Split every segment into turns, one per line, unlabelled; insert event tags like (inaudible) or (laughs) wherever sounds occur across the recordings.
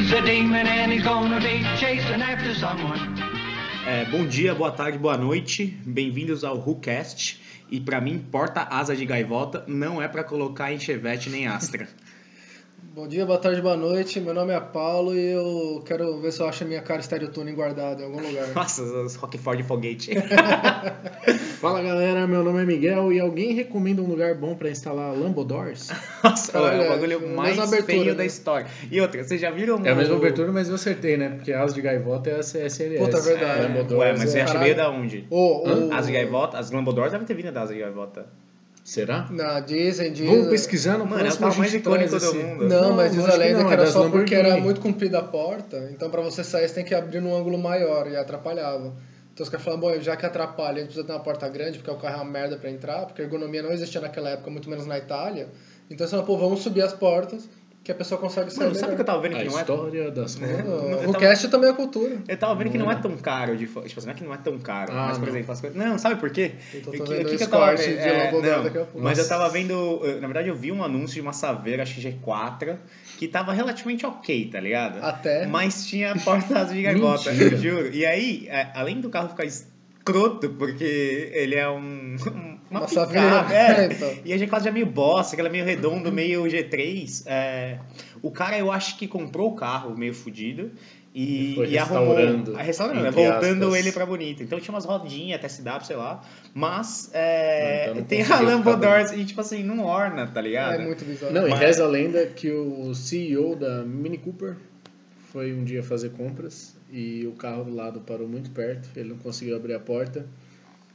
running and he's gonna be chasing after someone.
É, bom dia, boa tarde, boa noite. Bem-vindos ao WhoCast. E pra mim, porta-asa de gaivota não é pra colocar em Chevette nem Astra.
Bom dia, boa tarde, boa noite. Meu nome é Paulo e eu quero ver se eu acho a minha cara stereotune guardada em
(laughs)
algum lugar.
Nossa, os Rockford Foguete.
Fala galera, meu nome é Miguel e alguém recomenda um lugar bom pra instalar Lambodors?
Nossa, é
Olha,
o bagulho
mesma
mais
abertura,
feio
né?
da história. E outra, vocês já viram
É a
o-
mesma abertura, mas eu acertei, né? Porque a asa de gaivota é a CSLS.
Puta, é verdade.
Lambodors
Ué, mas
é-
você acha
Caralho.
meio da onde?
Ô, ô,
As gaivotas, as Glambodors devem ter vindo da asa de gaivota.
Será?
Não, dizem, dizem.
Vamos pesquisar no
Mano, é o
próximo a
carro mais
gente
icônico
traz
do
esse...
mundo.
Não,
assim. Não,
mas
eu
diz
acho
a
que
lenda
não,
que
é
era
das
só porque era
Lamborghini.
muito comprida a porta, então pra você sair você tem que abrir num ângulo maior e atrapalhava. Então os caras falavam, bom, já que atrapalha, a gente precisa ter uma porta grande, porque o carro é uma merda pra entrar, porque a ergonomia não existia naquela época, muito menos na Itália. Então você fala, pô, vamos subir as portas, que a pessoa consegue sair
Mano, sabe o que eu
melhor.
tava vendo
A
que não é?
história das modas.
Não,
eu tava-
O cast também é cultura.
Eu tava vendo que não é tão caro de fo- Tipo assim, não é que não é tão caro,
Ah,
mas por
não.
exemplo, as coisas. Não, sabe por quê?
Então,
O
tô
o
vendo
que
o
eu tava
Scorch
vendo?
de
É,
Lambodor
não,
daqui a pouco.
Mas eu tava vendo. eu- Na verdade, eu vi um anúncio de uma Saveira, acho que G4, que tava relativamente ok, tá ligado?
Até.
Mas tinha portas de gaivota, eu
Mentira.
juro. E aí, é, além do carro ficar escroto, porque ele é um. (laughs) um- Uma,
Uma
picape,
Saveiro.
é.
(laughs) É, então.
E a G4 já é meio bosta, que ela é meio redondo,
Uhum.
meio G3. é, O cara, eu acho que comprou o carro meio fudido. E,
E foi
e arrumou.
restaurando,
a restaurando,
entre
voltando
aspas.
ele pra bonito. Então tinha umas rodinhas, TSW, sei lá. Mas é,
Então não
tem a
conseguiu ficar
Lambodors e, tipo assim, não orna, tá ligado?
É muito bizarro.
Ah, né? Não, e
Mas-
reza a lenda que o CEO da Mini Cooper foi um dia fazer compras e o carro do lado parou muito perto, ele não conseguiu abrir a porta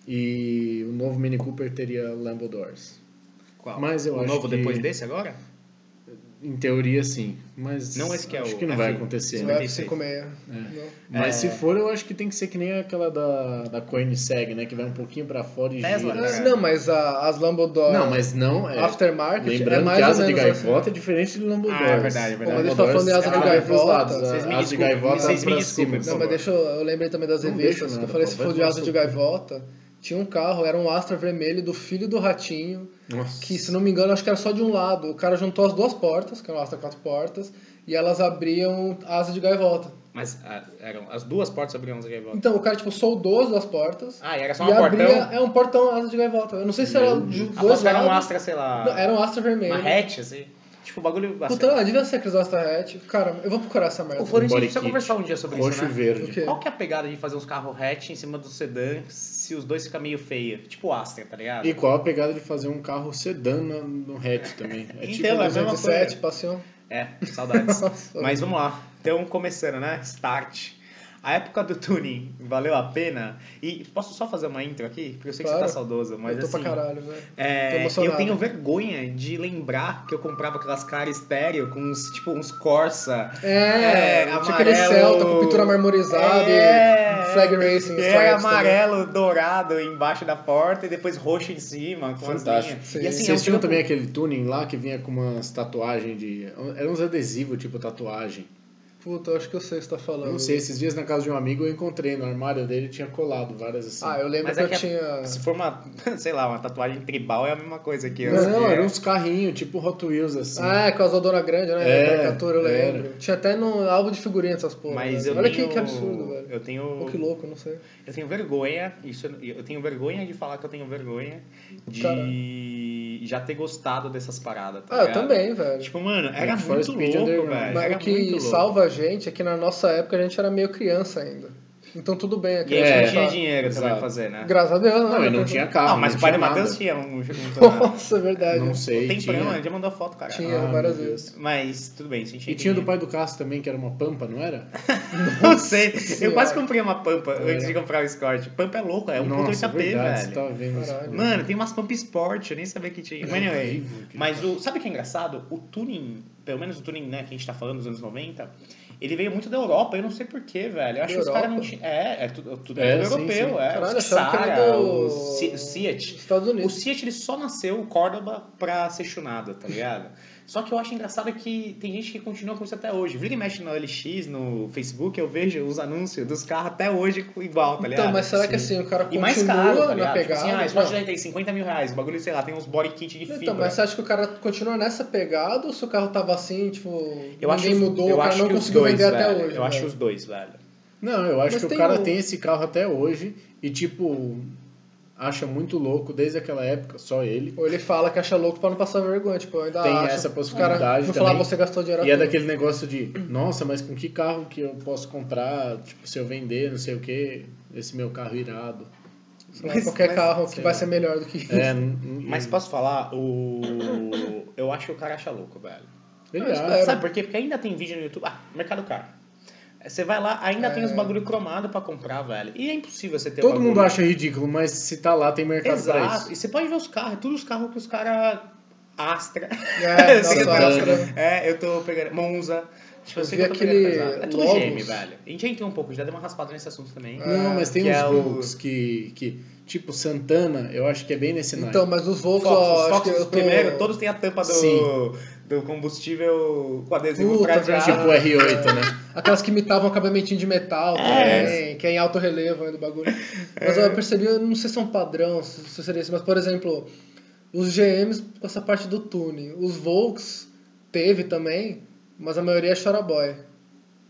e o novo Mini Cooper teria Lambo Doors.
Qual?
Mas eu
o
acho
novo
que-
depois desse agora?
Em teoria, sim, mas
Não, esse que É. é
acho
o
que não vai
F-
acontecer.
Isso
Né?
não é
96.
5,6.
Mas se for, eu acho que tem que ser que nem aquela da, da Koenigsegg, né? Que vai um pouquinho pra fora e
Tesla,
gira.
né?
Não, mas a- as Lambodor.
é. Não, mas não é...
Aftermarket é
Lembrando
mais
que
ou
asa de
menos
gaivota
assim.
é diferente de Lambo
Ah,
Doors.
é verdade, é verdade.
Mas a gente tá
Lambo
falando de
Doors
asa de
ela abre pros
gaivota.
lados,
Vocês me
a é Asa de
desculpem,
gaivota
vocês me
pra
desculpem,
cima.
por
Não, mas deixa eu, eu lembrei também das
é Não
revistas
deixa
que eu
nada,
falei,
pô,
se
vai
for de
tomar
asa
no
de
seu cu.
gaivota, tinha um carro, era um Astra vermelho do filho do Ratinho,
Nossa.
que se não me engano, acho que era só de um lado. O cara juntou as duas portas, que era um Astra quatro portas, e elas abriam asa de gaivota.
Mas ah, eram as duas portas abriam as gaivotas.
Então o cara, tipo, soldou as duas portas.
Ah, e era só
e
um portão?
É um portão asa de gaivota. Eu não sei se era de dois lados.
Aposto que era um Astra, sei lá.
Não, era um Astra vermelho.
Uma hatch, assim. Tipo, o bagulho... assim,
Puta, ah, devia ser aqueles Astra hatch. Cara, eu vou procurar essa merda.
O Florentino
body
precisa
kit.
conversar um dia sobre isso,
Roxo
né?
e verde.
O quê?
Qual que é a pegada de fazer uns carros hatch em cima do sedã se os dois ficam meio feio? Tipo o Astra, tá ligado?
E qual a pegada de fazer um carro sedã no, no hatch também? É tipo
Então, é a mesma
207,
coisa.
passeou.
É, saudades.
(laughs) Nossa.
Mas vamos lá. Então, começando, né? Start. A época do tuning valeu a pena? E posso só fazer uma intro aqui? Porque eu sei que
Claro.
você tá saudoso, mas
eu tô
assim...
pra caralho, velho.
É,
Tô emocionado.
eu tenho vergonha de lembrar que eu comprava aquelas caras estéreo com uns, tipo, uns Corsa.
É,
é,
tinha aquele
amarelo.
Celta com pintura marmorizada
É.
e flag racing.
E era
stripes
amarelo, dourado embaixo da porta e depois roxo em cima. Com as
Fantástico.
linhas.
Sim.
E assim,
Vocês
é um trampo-
tinham também aquele tuning lá que vinha com umas tatuagens de. Eram uns adesivos, tipo tatuagem.
Também. Puta, eu acho que eu sei o que você tá falando.
Eu não sei, esses dias na casa de um amigo eu encontrei, no armário dele tinha colado várias assim.
Ah, eu lembro
Mas
que
é
eu
que a-
tinha...
Se for uma, (laughs) sei lá, uma tatuagem tribal é a mesma coisa que
Não, não,
que
eram uns carrinhos, tipo Hot Wheels assim.
Ah, é, com a Zaldona Grande, né?
É,
a caricatura, eu
era.
lembro. Tinha até no álbum de figurinha essas porra.
Mas
velho.
eu
Olha
tenho...
que, que absurdo, velho.
Eu tenho...
Pô, que louco, não sei.
Eu tenho vergonha, isso eu eu tenho vergonha de falar que eu tenho vergonha de já ter gostado dessas paradas. Tá
Ah, eu
ligado?
também, velho.
Tipo, mano, era
Need for
muito
Speed
louco, velho.
Underground.
um- Mas
era
o que
muito louco.
salva a gente é que na nossa época a gente era meio criança ainda. Então tudo bem.
E a gente
É,
não tinha
criança-
dinheiro também pra
exato.
fazer, né?
Graças a Deus, né?
Não, e não tinha carro.
Ah, mas
não
o pai do
tinha
Matheus
nada.
tinha um... um campeonato.
(laughs) Nossa, é verdade.
Não sei.
Tem né?
tinha.
problema, ele já mandou foto, cara.
Tinha
Ah,
várias
meu Deus.
vezes.
Mas, tudo bem, se a gente
E tinha do pai do Cássio também, que era uma pampa, não era?
(laughs) Não sei, eu
Senhora.
quase comprei uma pampa
Olha.
antes de comprar o Scott. Pampa é louco, é
É. Nossa,
1.8p,
verdade,
velho.
você tava vendo isso.
Caralho.
Mano, tem umas pump sport, eu nem sabia que tinha. Mas, anyway,
É horrível, que
mas o, sabe o que é engraçado? O tuning, pelo menos o tuning né, que a gente tá falando dos anos 90, ele veio muito da Europa, eu não sei porquê, velho. Eu acho que os
Europa?
caras não tinham. É, é tudo, tudo é,
É,
tudo
sim,
europeu,
sim.
é.
Caralho,
os
achava que era
Xara,
do-
os Si- os Seat.
Estados
O
Unidos.
Seat ele só nasceu, o Córdoba, pra ser chunado, tá ligado? Só que eu acho engraçado que tem gente que continua com isso até hoje. Vira e mexe no LX, no Facebook, eu vejo os anúncios dos carros até hoje igual, tá ligado?
Então, mas será que assim, o cara
E
continua
mais caro, tá
na
ligado? Tipo
pegada?
assim, ah, esse
Não.
Porsche GT 50 mil reais. O bagulho, sei lá, tem uns body kit de fibra.
Então, mas você acha que o cara continua nessa pegada ou se o carro tava assim, tipo,
Eu acho
ninguém
os-
mudou,
eu
o cara
acho
não
que os
conseguiu vender
velho.
até hoje. né?
eu acho
velho.
os dois, velho.
Não, eu acho
Mas
que o
tem
cara
o-
tem esse carro até hoje e, tipo, acha muito louco desde aquela época, só ele.
Ou ele fala que acha louco pra não passar vergonha, tipo, eu ainda
Tem
acho.
essa
O
possibilidade
cara não
também.
falar você gastou dinheiro
E é
à toa.
daquele negócio de, nossa, mas com que carro que eu posso comprar, tipo, se eu vender, não sei o que, esse meu carro irado.
Sei lá,
Mas-
qualquer
mas-
carro que
sei
vai
lá.
ser melhor
(laughs)
do que isso.
É, n- n-
Mas
Hum.
posso falar, o. Eu acho que o cara acha louco, velho.
ele
Eu
acha.
espero.
Sabe por quê? Porque ainda tem vídeo no YouTube. Ah, Mercado Car. Você vai lá, ainda tem os bagulho cromado pra comprar, velho. E é impossível você ter
Todo
bagulho.
mundo acha ridículo, mas se tá lá, tem mercado pra
Exato.
isso.
E você pode ver os carros, todos os carros que os caras. Astra. (laughs)
É, nossa,
Sempre-
Astra.
É, eu tô pegando. Monza. Tipo, eu
Eu
sei
vi
que eu tô pegando
aquele
pesado. É tudo
Logos.
gêmeo, velho. A gente já entrou um pouco, já deu uma raspada nesse assunto também.
Não, mas tem
que
uns
é o-
poucos que, que, tipo, Santana, eu acho que é bem nesse naipe.
Então, mas os Volks,
Fox,
ó,
os
acho que
Fox,
eu
os
tô...
primeiros, todos têm a tampa do,
Sim.
do combustível com adesivo
Puta,
prateado.
velho.
Tipo R8, né?
Aquelas que imitavam acabamentinho de metal também, que é em alto relevo ainda o bagulho. Mas eu percebi, eu não sei se é um padrão, se, se seria isso, mas por exemplo, os GMs com essa parte do tune. Os Volks teve também, mas a maioria é choraboy.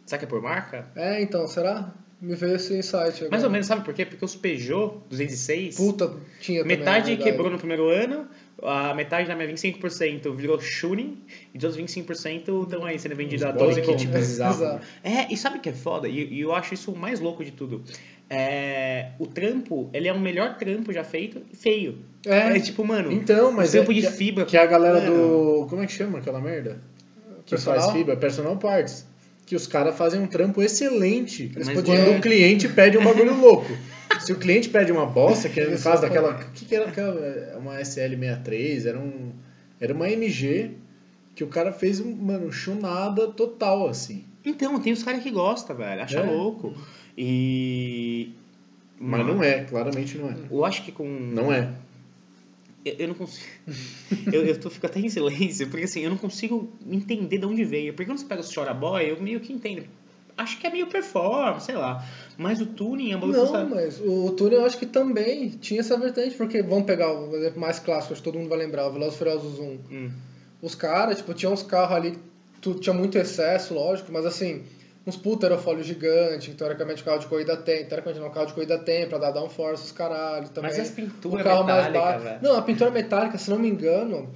Será que é por marca?
É, então, será? Me veio esse insight agora.
Mais ou menos, sabe por quê? Porque os Peugeot 206,
Puta, tinha também, né,
metade
na
é
verdade.
quebrou no primeiro ano, a metade da minha 25% virou shooting, e os outros 25% estão aí sendo vendidos a 12
Body kit
conto.
bizarro.
(laughs) Exato.
É, e sabe o que é foda? E, e eu acho isso o mais louco de tudo. É, o trampo, ele é o melhor trampo já feito e feio. É,
É,
tipo, mano,
Então, mas
trampo
é-
de fibra.
Que é a galera
Mano.
do. Como é que chama aquela merda? Que
Personal?
faz fibra? Personal Parts. Que os caras fazem um trampo excelente.
Eles
quando
podiam-
o cliente pede um bagulho louco. Se o cliente pede uma bosta, que era no
Isso,
caso
pô.
daquela. O (laughs) que, que era aquela? É Uma SL63, era um. Era uma MG que o cara fez um, mano, chunada total, assim.
Então, tem os caras que gostam, velho. Acha
É.
louco. E.
Mas não é, claramente não é.
Eu acho que com.
Não é.
Eu, eu não consigo. (laughs) eu, eu tô, fico até em silêncio, porque assim, eu não consigo entender de onde veio. Porque quando você pega os Chora Boy, eu meio que entendo. Acho que é meio performance, sei lá. Mas o tuning é um bagulho que
Não, mas o Tune eu acho que também tinha essa vertente, porque vamos pegar o exemplo mais clássico, acho que todo mundo vai lembrar, o Velozes e Furiosos 1.
Hum.
Os caras, tipo, tinha uns carros ali, que tu, tinha muito excesso, lógico, mas assim, uns puta aerofólio gigante, que teoricamente o carro de corrida tem, teoricamente não, o carro de corrida tem pra dar downforce, os caralhos também.
Mas é as pinturas
Um carro mais
metálicas, velho.
baixo. Não, a pintura metálica, se não me engano,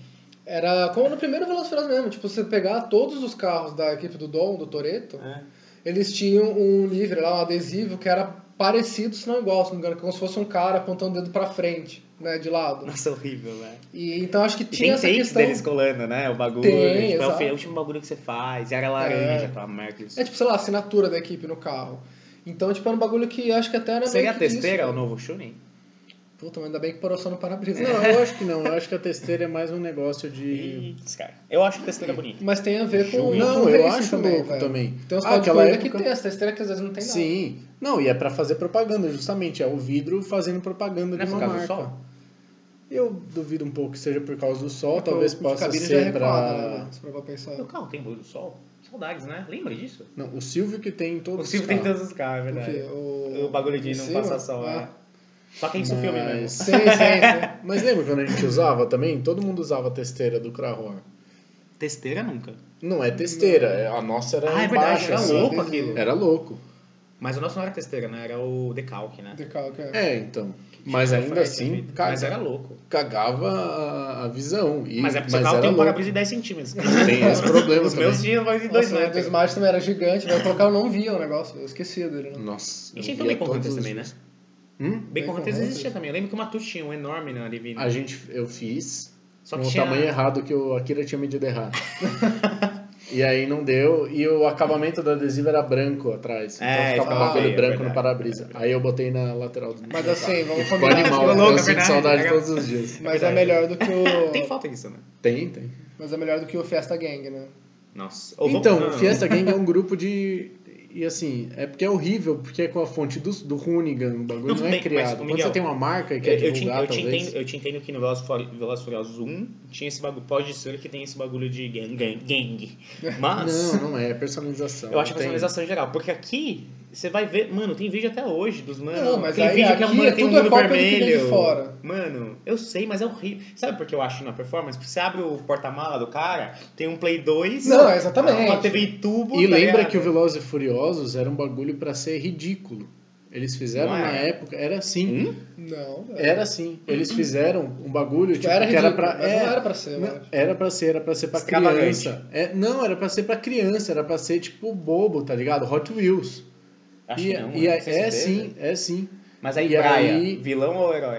era como no primeiro Velozes e Furiosos mesmo, tipo, você pegar todos os carros da equipe do Dom, do Toreto,
É.
eles tinham um livre lá, um adesivo que era parecido, se não igual, se não me engano, como se fosse um cara apontando o dedo pra frente, né, de lado.
Nossa, horrível, velho.
E então acho que
E
tinha
tem
essa
takes
questão.
deles colando, né? O bagulho.
Tem,
tipo, é o
exato.
fi- é o último bagulho que você faz. E era laranja, tá, aquela merda.
É tipo, sei lá, a assinatura da equipe no carro. Então, tipo, era um bagulho que acho que até era
Seria a
meio que isso,
testeira
é cara.
o novo tuning?
Puta, mas ainda bem que parou só no para-brisa.
É.
Não, eu acho que não. Eu acho que a testeira é mais um negócio de.
Ih, cara. Eu acho que testeira é bonito.
Mas tem a ver com
Não,
com
eu
racing
acho louco
velho.
também.
Tem uns
Ah,
carros de
aquela
corrida
época-
tipo, que tem essa esteira que às vezes não tem nada.
Sim. Não, e é pra fazer propaganda, justamente. É o vidro fazendo propaganda
Não é
de
por
uma
causa do
marca.
sol?
Eu duvido um pouco que seja por causa do sol,
É
Porque
talvez
o- o
possa
cabine Tipo, já
ser
recorda, né,
pra.
velho, se for pra pensar.
Meu carro tem bagulho do sol? Saudades, né? Lembra disso?
Não, o Silvio que tem Ah, em todos
O Silvio
os
tem
carros.
todos os carros, é verdade.
O quê? O-
O bagulho de
em
não
cima?
passar sol,
Ah.
é. Só quem isso filme né? mesmo.
Mas-
Sim, sim, sim.
Mas lembra quando a gente usava também? Todo mundo usava a testeira do Crahor.
Testeira nunca.
Não é testeira, a nossa era
Ah, é verdade,
embaixo.
era
assim.
louco aquilo.
Era louco.
Mas o nosso não era testeira, né? Era o decalque, né?
Decalque, é.
É, então. Mas ainda assim,
Mas
caga-
era louco.
cagava a, a visão. E,
Mas é porque o carro
era
tem um
louco.
para-brisa de 10 centímetros.
Tem esse problema
(laughs) Os meus
também.
tinham mais de 2
Nossa, o
metros.
Smash também era gigante, velho. Colocar eu não via o negócio, eu esqueci dele, né?
Nossa.
A
eu
gente
via
também com
é todos
Hunters
os
também, né?
dias. Hum?
Bem com
Bacon
Hunters
Hunters.
existia também. Eu lembro que o Matus tinha um enorme na Divina.
A gente, eu fiz
Só que
no
tinha-
tamanho errado que o Akira tinha
(laughs)
medido errado. e aí não deu. E o acabamento do adesivo era branco atrás. Então
É,
ficava
ficava
um bagulho
feio, é
branco
verdade,
no para-brisa. aí eu botei na lateral do
Mas assim, vamos
Ficou
combinar.
animal, né?
ficou
eu
louco, é
sinto
verdade,
saudade
é
todos os dias.
Mas é melhor do que
(laughs) Tem
o.
falta disso, né?
Tem, tem.
Mas é melhor do que o Fiesta Gang, né?
Nossa. Ou vamos-
Então,
não,
o
não.
Fiesta Gang é um grupo de... E assim, é porque é horrível, porque é com a fonte do, do Hoonigan, o bagulho
Não,
não,
tudo bem,
é
mas,
criado. Quando
Miguel,
você tem uma marca e
Eu,
quer
eu te,
divulgar,
eu, te
talvez...
entendo, eu te entendo que no Velozes Fur- Velozes Furiosos 1 tinha esse bagulho. Pode ser que tenha esse bagulho de gang. gang, gang. Mas.
Não, não é, é personalização.
Eu acho
Tem-
personalização geral. Porque aqui, Você vai ver, mano, tem vídeo até hoje dos mano.
Não, mas
tem
aí
vídeo que
aqui
mano,
é
tem um
tudo a
muro
cópia do que vem de
vermelho.
fora.
Mano, eu sei, mas é horrível. Sabe por que eu acho na performance? Porque você abre o porta-mala do cara, tem um Play 2,
Não, exatamente.
uma TV em tubo.
E
tá
lembra
ligado?
que o Velozes e Furiosos era um bagulho pra ser ridículo. Eles fizeram
Não é?
na época, era assim.
Hum?
Não, velho.
Era assim. Eles fizeram um bagulho tipo,
era
que era
ridículo,
pra.
mas
é,
não era pra ser, né?
não,
velho.
Era pra ser, era pra ser pra
Extravagante.
criança. É, não, era pra ser pra criança, era pra ser tipo bobo, tá ligado? Hot Wheels.
Acho
e,
que não. mano,
e é,
não sei se vê,
sim,
velho.
é sim.
Mas aí,
e
praia,
aí-
vilão ou
(laughs)
herói?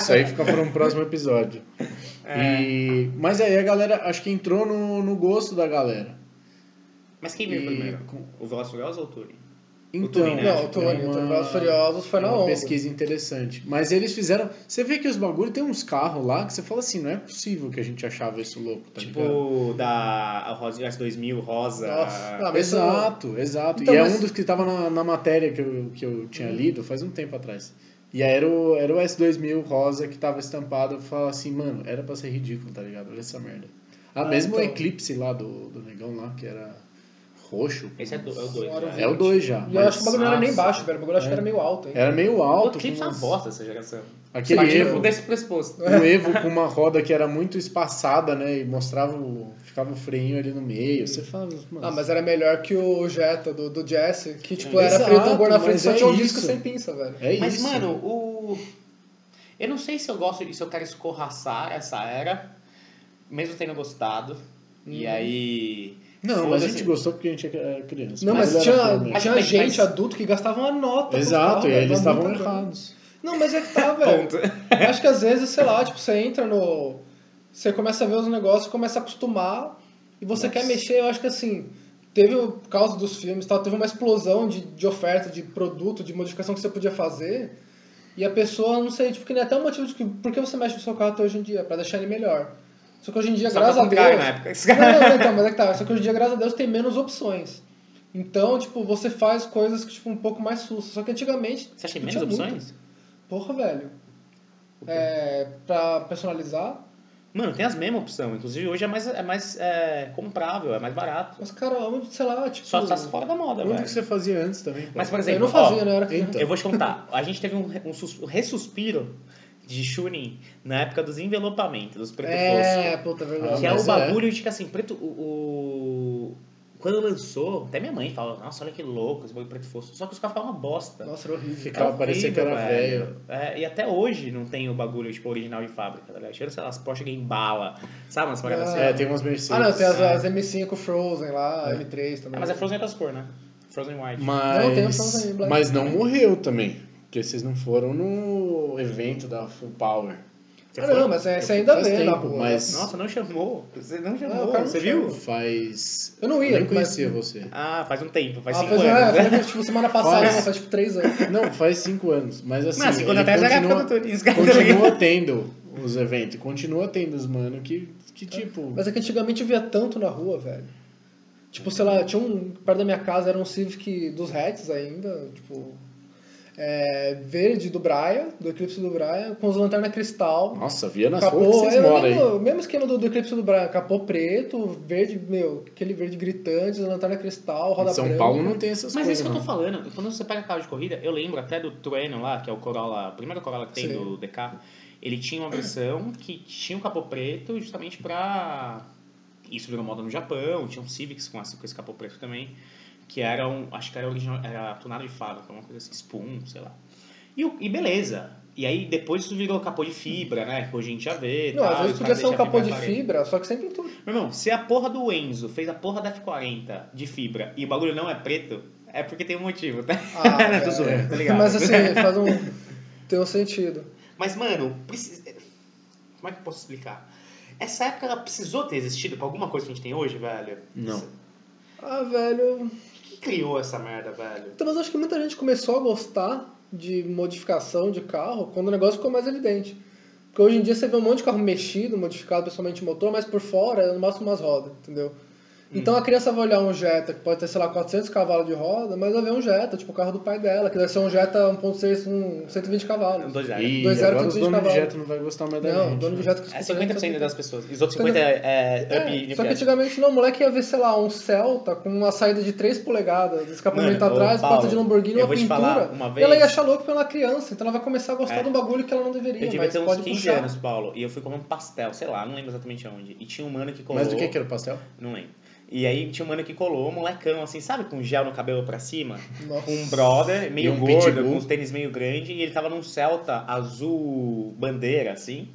Isso aí fica para um próximo episódio. E- mas aí a galera, acho que entrou no, no gosto da galera.
mas quem veio
E-
primeiro?
com-
O Velozes e Furiosos ou o Turing?
Então,
Turing, né?
é
Não, o Tony, o
uma-
Tony Velozes e Furiosos foi
é
na
uma
onda.
pesquisa interessante. Mas eles fizeram. Você vê que os bagulhos tem uns carros lá que você fala assim: não é possível que a gente achava isso louco, tá ligado?
Tipo, da a Rosa S2000, Rosa.
Ah,
Nossa, não, ah, mas
Exato, exato.
Então,
e é
mas- Uhum.
um dos que tava na, na matéria que eu, que eu tinha lido faz um tempo atrás. E aí era o, era o S2000 rosa que tava estampado. Eu falava assim, mano, era pra ser ridículo, tá ligado? Olha essa merda. Ah,
Ah,
mesmo o
então.
Eclipse lá do, do negão lá, que era roxo.
Esse é, do, é o 2.
Fora o
É o 2 já.
E eu acho que o bagulho não era nem
nossa, É.
baixo, velho. O bagulho eu acho que era meio alto, hein?
Era meio alto.
O Clips é
com
uma
umas-
bosta essa geração.
Aquele
Tipo,
Partindo
Evo.
desse pressuposto.
um Evo com uma roda que era muito espaçada, né? E mostrava o. Ficava o freinho ali no meio. Você fala, mano.
Ah, mas era melhor que o Jetta do, do Jesse, que tipo,
É.
era
Exato,
preto e cor na frente,
mas
só
é
tinha um
isso.
disco sem pinça, velho.
É
Mas,
isso.
mano, o. Eu não sei se eu gosto se eu quero escorraçar essa era, mesmo tendo gostado.
Uhum.
E aí.
Não, mas a gente
Foda-se.
gostou porque a gente era criança.
assim, Não, mas,
era
tinha,
filme.
mas-
tinha
mas-
gente
mas-
adulto que gastava uma nota. pros
Exato,
carros,
e
velho, é
aí eles
mas
estavam
muita grana.
errados.
Não, mas é
(laughs)
que tá, velho.
Ponto.
Acho que às vezes, sei lá, tipo, você entra no. Você começa a ver os negócios, começa a acostumar e você quer mexer. Eu acho que assim, teve, o- por causa dos filmes e tal, teve uma explosão de, de oferta, de produto, de modificação que você podia fazer. E a pessoa, não sei, tipo, que nem até o motivo de que. Por que você mexe no seu carro até hoje em dia? Pra deixar ele melhor. Só que hoje em dia,
Só
graças
que ao
a
contrário,
Deus.
na época. Esse
Não,
cara- (laughs)
não, não, então, mas é que tá. Só que hoje em dia, graças a Deus, tem menos opções. Então, tipo, você faz coisas que, tipo, um pouco mais sustas. Só que antigamente.
Você acha que
não
menos
tinha muito.
opções?
Porra, velho. É, pra personalizar,
Mano, tem as mesmas opções. Inclusive hoje é mais, é mais é, comprável, é mais barato.
os caras amam, sei lá, tipo.
Só tá fora da moda,
Muito
velho.
que você fazia antes também. pô.
Mas, por
Eu
exemplo,
não fazia,
ó,
né? Eu Era criança.
Então.
Eu vou te contar. A gente teve um, re- um sus- um ressuspiro de Shunin na época dos envelopamentos, dos preto
É,
fosco.
puta, é
Ah,
Que
verdade.
é o
mas é.
bagulho de que assim, preto. O, o- Quando lançou, até minha mãe fala, nossa, olha que louco, esse bagulho preto fosco. Só que os caras falam uma bosta.
Nossa, era horrível.
Ficava
É
parecia que
horrível,
era velho.
É, e até hoje não tem o bagulho, tipo, original de fábrica, tá ligado? Cheira, sei lá, as Porsche Game Bala, sabe? Umas paradas assim.
É, tem umas Mercedes.
Ah, não, tem as, as M5 Frozen lá, M3 também.
Ah, mas a Frozen é das cores, né? Frozen White.
Mas,
Não, tem as Frozen Black.
mas não morreu também. Porque vocês não foram no evento da Full Power.
Você
Ah,
foi?
não, mas é,
Eu
você
fui
ainda
faz
vê
tempo,
na rua.
mas-
Nossa, não chamou. Você não
Ah, o
chamou,
cara não
um
você
chama.
viu?
Faz.
Eu não ia,
nem conhecia
mas-
você.
Ah, faz um tempo, faz
Ah,
cinco
fez-
anos.
é,
né?
foi, tipo, semana passada,
Faz.
não, faz tipo 3 anos.
Não, faz cinco anos. Mas assim.
Não, cinco anos
ele
atrás era a
continua,
época do tá Tunis, (laughs)
Tá
cara.
continua tendo os eventos. Continua tendo os mano que, que tipo.
Mas é que antigamente eu via tanto na rua, velho. Tipo, sei lá, tinha um. Perto da minha casa era um Civic dos Hats ainda, tipo. é, verde do Braia, do Eclipse do Braia, com os lanternas cristal.
Nossa, via nas
capô,
ruas que vocês
é,
moram aí.
mesmo, mesmo esquema do, do Eclipse do Braia, capô preto, verde, meu, aquele verde gritante, lanterna cristal, roda
Em São
branca.
Paulo não tem essas
Mas é
coisas.
isso que eu tô
não.
falando. Quando você pega carro de corrida, eu lembro até do Trueno lá, que é o Corolla, o primeiro Corolla que tem
Sim.
do DK. Ele tinha uma versão que tinha um capô preto justamente pra... Isso virou moda no Japão, tinha um Civics com esse, com esse capô preto também, que era um... Acho que era original, era tunado de fábrica, uma coisa assim, Spoon, sei lá. E, o- e beleza. E aí depois isso virou capô de fibra, né? Que hoje a gente já vê e
Não,
tal,
às
Ah, e
vezes
o cara
podia ser um
deixa a
capô de
aparente.
fibra, só que sempre em
(laughs)
tudo.
Meu irmão, se a porra do Enzo fez a porra da F40 de fibra e o bagulho não é preto, é porque tem um motivo, tá?
Ah,
Tô zoando,
velho.
tá ligado?
Mas assim, faz um. tem um sentido.
Mas, mano, precisa... como é que eu posso explicar? Essa época ela precisou ter existido pra alguma coisa que a gente tem hoje, velho?
Não.
Ah, velho.
Quem criou essa merda, velho?
Então, mas acho que muita gente começou a gostar de modificação de carro quando o negócio ficou mais evidente. Porque hoje em dia você vê um monte de carro mexido, modificado, principalmente o motor, mas por fora é no máximo umas rodas, entendeu? Então a criança vai olhar um Jetta que pode ter, sei lá, 400 cavalos de roda, mas vai ver um Jetta, tipo o carro do pai dela, que deve ser um Jetta 1.6 com 120 cavalos.
Dois já.
E
Dois zero,
agora os
quinze
donos de
cavalos.
Jetta não vai gostar mais da
Não,
gente.
o dono do
né?
Jetta custa
É 50%
300.
das pessoas. Os outros 50% é, é up e
É, só que
inferior.
antigamente não, o moleque ia ver, sei lá, um Celta com uma saída de 3 polegadas, escapamento
Mano, É, ô,
atrás,
Paulo,
pata de Lamborghini,
eu
uma
vou te
pintura.
falar, uma
E ela
vez-
ia achar louco pela criança, então ela vai começar a gostar
É.
de um bagulho que ela não deveria,
Eu devia
mas
ter uns
pode
15
puxar.
anos, Paulo, e eu fui comer um pastel, sei lá, não lembro exatamente onde. E tinha um mano que colou.
Mas do que é? que era o pastel?
Não lembro. E aí tinha um mano que colou, um molecão, assim, sabe, com gel no cabelo pra cima?
Nossa.
Com um brother, meio
um
gordo,
pitbull.
com os tênis meio grande, e ele tava num Celta azul bandeira, assim.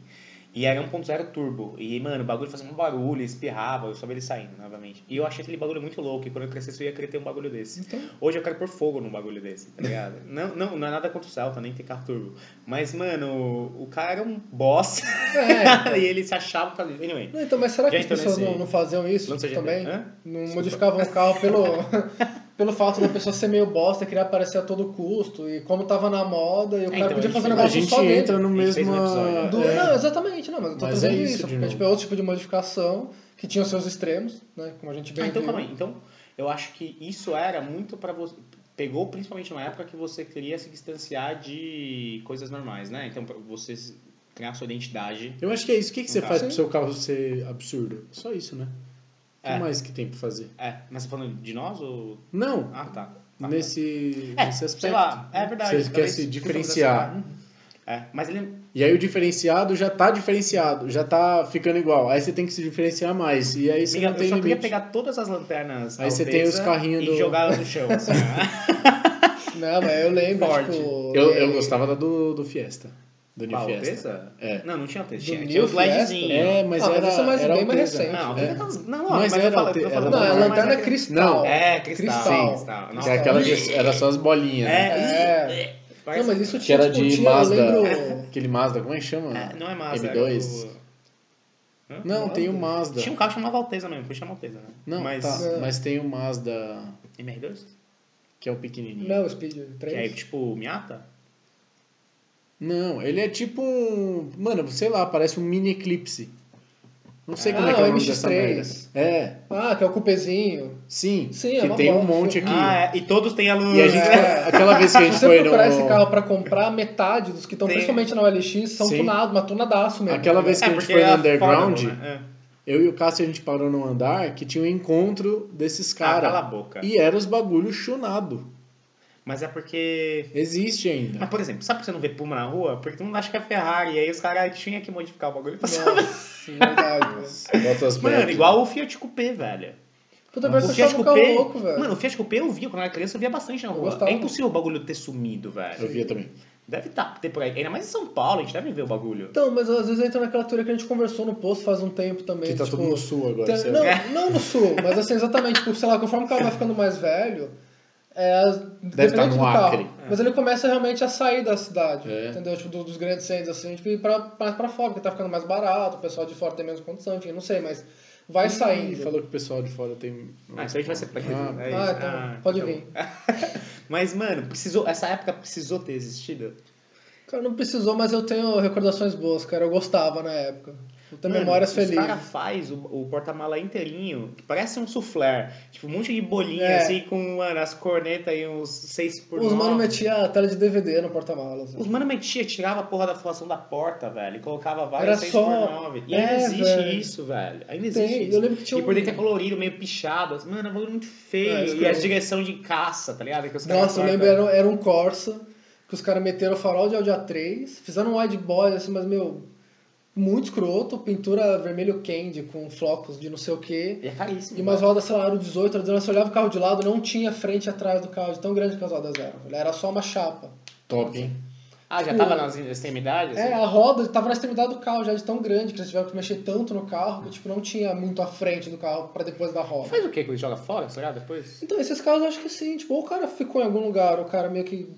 E era 1.0 turbo. E, mano, o bagulho fazia um barulho, espirrava, eu só vi ele saindo, novamente. E eu achei aquele bagulho muito louco, e quando eu crescesse eu ia querer ter um bagulho desse.
Então,
Hoje eu quero pôr fogo num bagulho desse, tá ligado? não, não, não é nada contra o Celta, nem tem carro turbo. Mas, mano, o cara era um boss.
É.
(laughs) e ele se achava pra. Anyway.
Não, então, mas será que
Já
as
entrou
pessoas
nesse-
não, não faziam isso
Lança GT,
também?
hã?
Não modificavam o
(laughs)
carro pelo, pelo fato da pessoa ser meio bosta, queria aparecer a todo custo, e como tava na moda, e o
É,
cara
então,
podia
a
fazer um
gente-
A
negócio
gente
só dele.
entra no
A gente fez
mesmo...
um episódio,
Do-
é.
Não, exatamente, não, mas eu tô
Mas
trazendo
é isso,
isso,
de
porque
novo.
tipo, é outro tipo de modificação que tinha os seus extremos, né? Como a gente bem
Ah, então
viu.
Uhum.
calma aí. Então, eu acho que isso era muito pra você. Pegou principalmente na época que você queria se distanciar de coisas normais, né? Então, pra você criar sua identidade.
Eu acho que é isso. O que, que você
Tá.
faz pro
Ah, Sim.
seu carro ser absurdo? Só isso, né? O que
É.
mais que tem pra fazer?
É, mas você tá falando de nós ou.
Não,
Ah, tá. tá.
nesse,
É,
nesse aspecto.
sei lá, é verdade.
Você quer
talvez
se
por conta
diferenciar.
dessa- É, mas ele.
E aí o diferenciado já tá diferenciado, já tá ficando igual. Aí você tem que se diferenciar mais. E aí você
Miguel,
não tem
eu só queria
limite.
pegar todas as lanternas.
Aí você tem os
Alteza
carrinhos
e
do-
jogar elas no
(laughs)
chão. Assim, né?
Não, mas eu lembro,
Ford.
tipo.
Eu, eu
de-
gostava da do, do Fiesta. Do New
É. Qual,
Fiesta.
Alteza?
É.
Não, não tinha Alteza. Tinha,
Do
tinha
New
os LEDzinhos.
Fiesta?
É, mas
Ah, mas
era.
isso é mais-
era
bem mais
Alteza.
recente.
Não, tá
É.
Alteza não, não,
Mas
mas eu
era
falo- eu
Alteza,
tô falando
era
Não, é
mais
lanterna
aquele-
cristal.
É, cristal.
Cristal.
cristal.
Que
Nossa,
é aquela que era só as bolinhas, né?
É.
parece-
Não, mas isso
Que
tinha,
era
tipo,
de
tinha,
Mazda.
eu lembro.
Aquele Mazda, como é que chama?
É, não é Mazda. era
M2.
o-
Não, tem o Mazda.
Tinha um carro que chamava Alteza mesmo, foi chamar Alteza, né?
Não,
mas...
tá,
Não.
mas tem o Mazda,
MR2?
que é o pequenininho.
Não, Speed
Que é
3.
tipo Miata?
Não, ele é tipo um. Mano, sei lá, parece um mini eclipse. Não sei
Ah,
como é que é o
o
nome dessa merda.
MX3.
É,
Ah, que é o cupezinho.
sim.
Sim,
que
é uma
tem um
bosta.
monte aqui.
Ah, é, e todos têm a luz. né?
E a gente.
É.
Aquela vez que a (laughs)
Se
gente
você
foi no.
procurar esse carro pra comprar, metade dos que estão
Tem.
principalmente na OLX são
Sim.
tunados, mas tunadaço mesmo. né?
Aquela vez que a gente foi
(laughs)
no
é
underground,
affordable, né? É.
eu e o Cássio a gente parou num andar que tinha um encontro desses
Cara,
caras.
Ah, cala a boca.
e era os bagulhos chunado.
Mas é porque...
Existe ainda.
Mas, por exemplo, sabe por que você não vê Puma na rua? Porque todo mundo acha que é Ferrari, e aí os caras tinham que modificar o bagulho pra saber.
Nossa,
(laughs)
verdade. velho.
Bota as
Mano,
merda.
igual o Fiat Coupé, velho.
Puta, parece
o
que eu
Fiat
achava um carro
Coupé...
louco, velho.
Mano, o Fiat Coupé eu via quando eu era criança, eu via bastante na rua.
gostava.
É impossível o bagulho ter sumido, velho.
Eu via também.
Deve tá, ter por aí. Ainda mais em São Paulo, a gente deve ver o bagulho.
Então, mas às vezes entra naquela teoria que a gente conversou no post faz um tempo também.
Que tá
tipo,
tudo no sul agora.
tem-
sei lá.
não, não no sul, mas assim, exatamente, tipo, sei lá, conforme o carro vai ficando mais velho, é, as- dependente
tá no
do carro,
Acre.
Mas ele começa realmente a sair da cidade,
É.
entendeu? Tipo, do- dos grandes centros, assim, tipo, ir pra, mais pra fora, porque tá ficando mais barato, o pessoal de fora tem menos condição, enfim, não sei, mas vai
E
saindo.
falou que o pessoal de fora tem. um
Ah, isso aí a gente vai ser preso.
Ah,
É
Ah,
isso.
então,
Ah,
pode
então.
vir.
(laughs) Mas, mano, precisou, essa época precisou ter existido.
Cara, não precisou, mas eu tenho recordações boas, cara, eu gostava na época. Eu tenho
Mano,
memórias
Os
felizes.
caras faz o, o porta-mala inteirinho, que parece um soufflé. Tipo, um monte de bolinha,
É.
assim, com mano, as cornetas e uns 6 por
Os mano
nove.
metia a tela de DVD no porta-malas. né?
Os mano metia, tirava a porra da formação da porta, velho, e colocava
Era
várias 6
só-
por 9. E ainda
É,
existe
velho.
isso, velho. Ainda
Tem,
existe isso.
eu lembro que tinha
E por
um-
dentro é colorido, meio pichado. assim, Mano, é um bagulho muito
É,
feio. e
escroto.
as direção de caça, tá ligado? Que os caras
Nossa, eu
cortam.
lembro, era, era um Corsa, que os caras meteram farol de Audi A3, fizeram um wide body, assim, mas, meu, muito escroto, pintura vermelho candy com flocos de não sei o quê.
E é caríssimo.
um- E umas
velho.
rodas, sei lá, era o 18, era o 19, você olhava o carro de lado, não tinha frente e atrás do carro, de tão grande que as rodas eram. velho, Era só uma chapa.
é
Top, hein?
Ah, já tava nas extremidades?
um-
assim?
É, a roda tava na extremidade do carro já, de tão grande, que eles tiveram que mexer tanto no carro, que, tipo, não tinha muito a frente do carro pra depois da roda.
Faz o que? Joga fora, será? Depois?
Então, esses carros eu acho que sim, tipo, ou o cara ficou em algum lugar, ou o cara meio que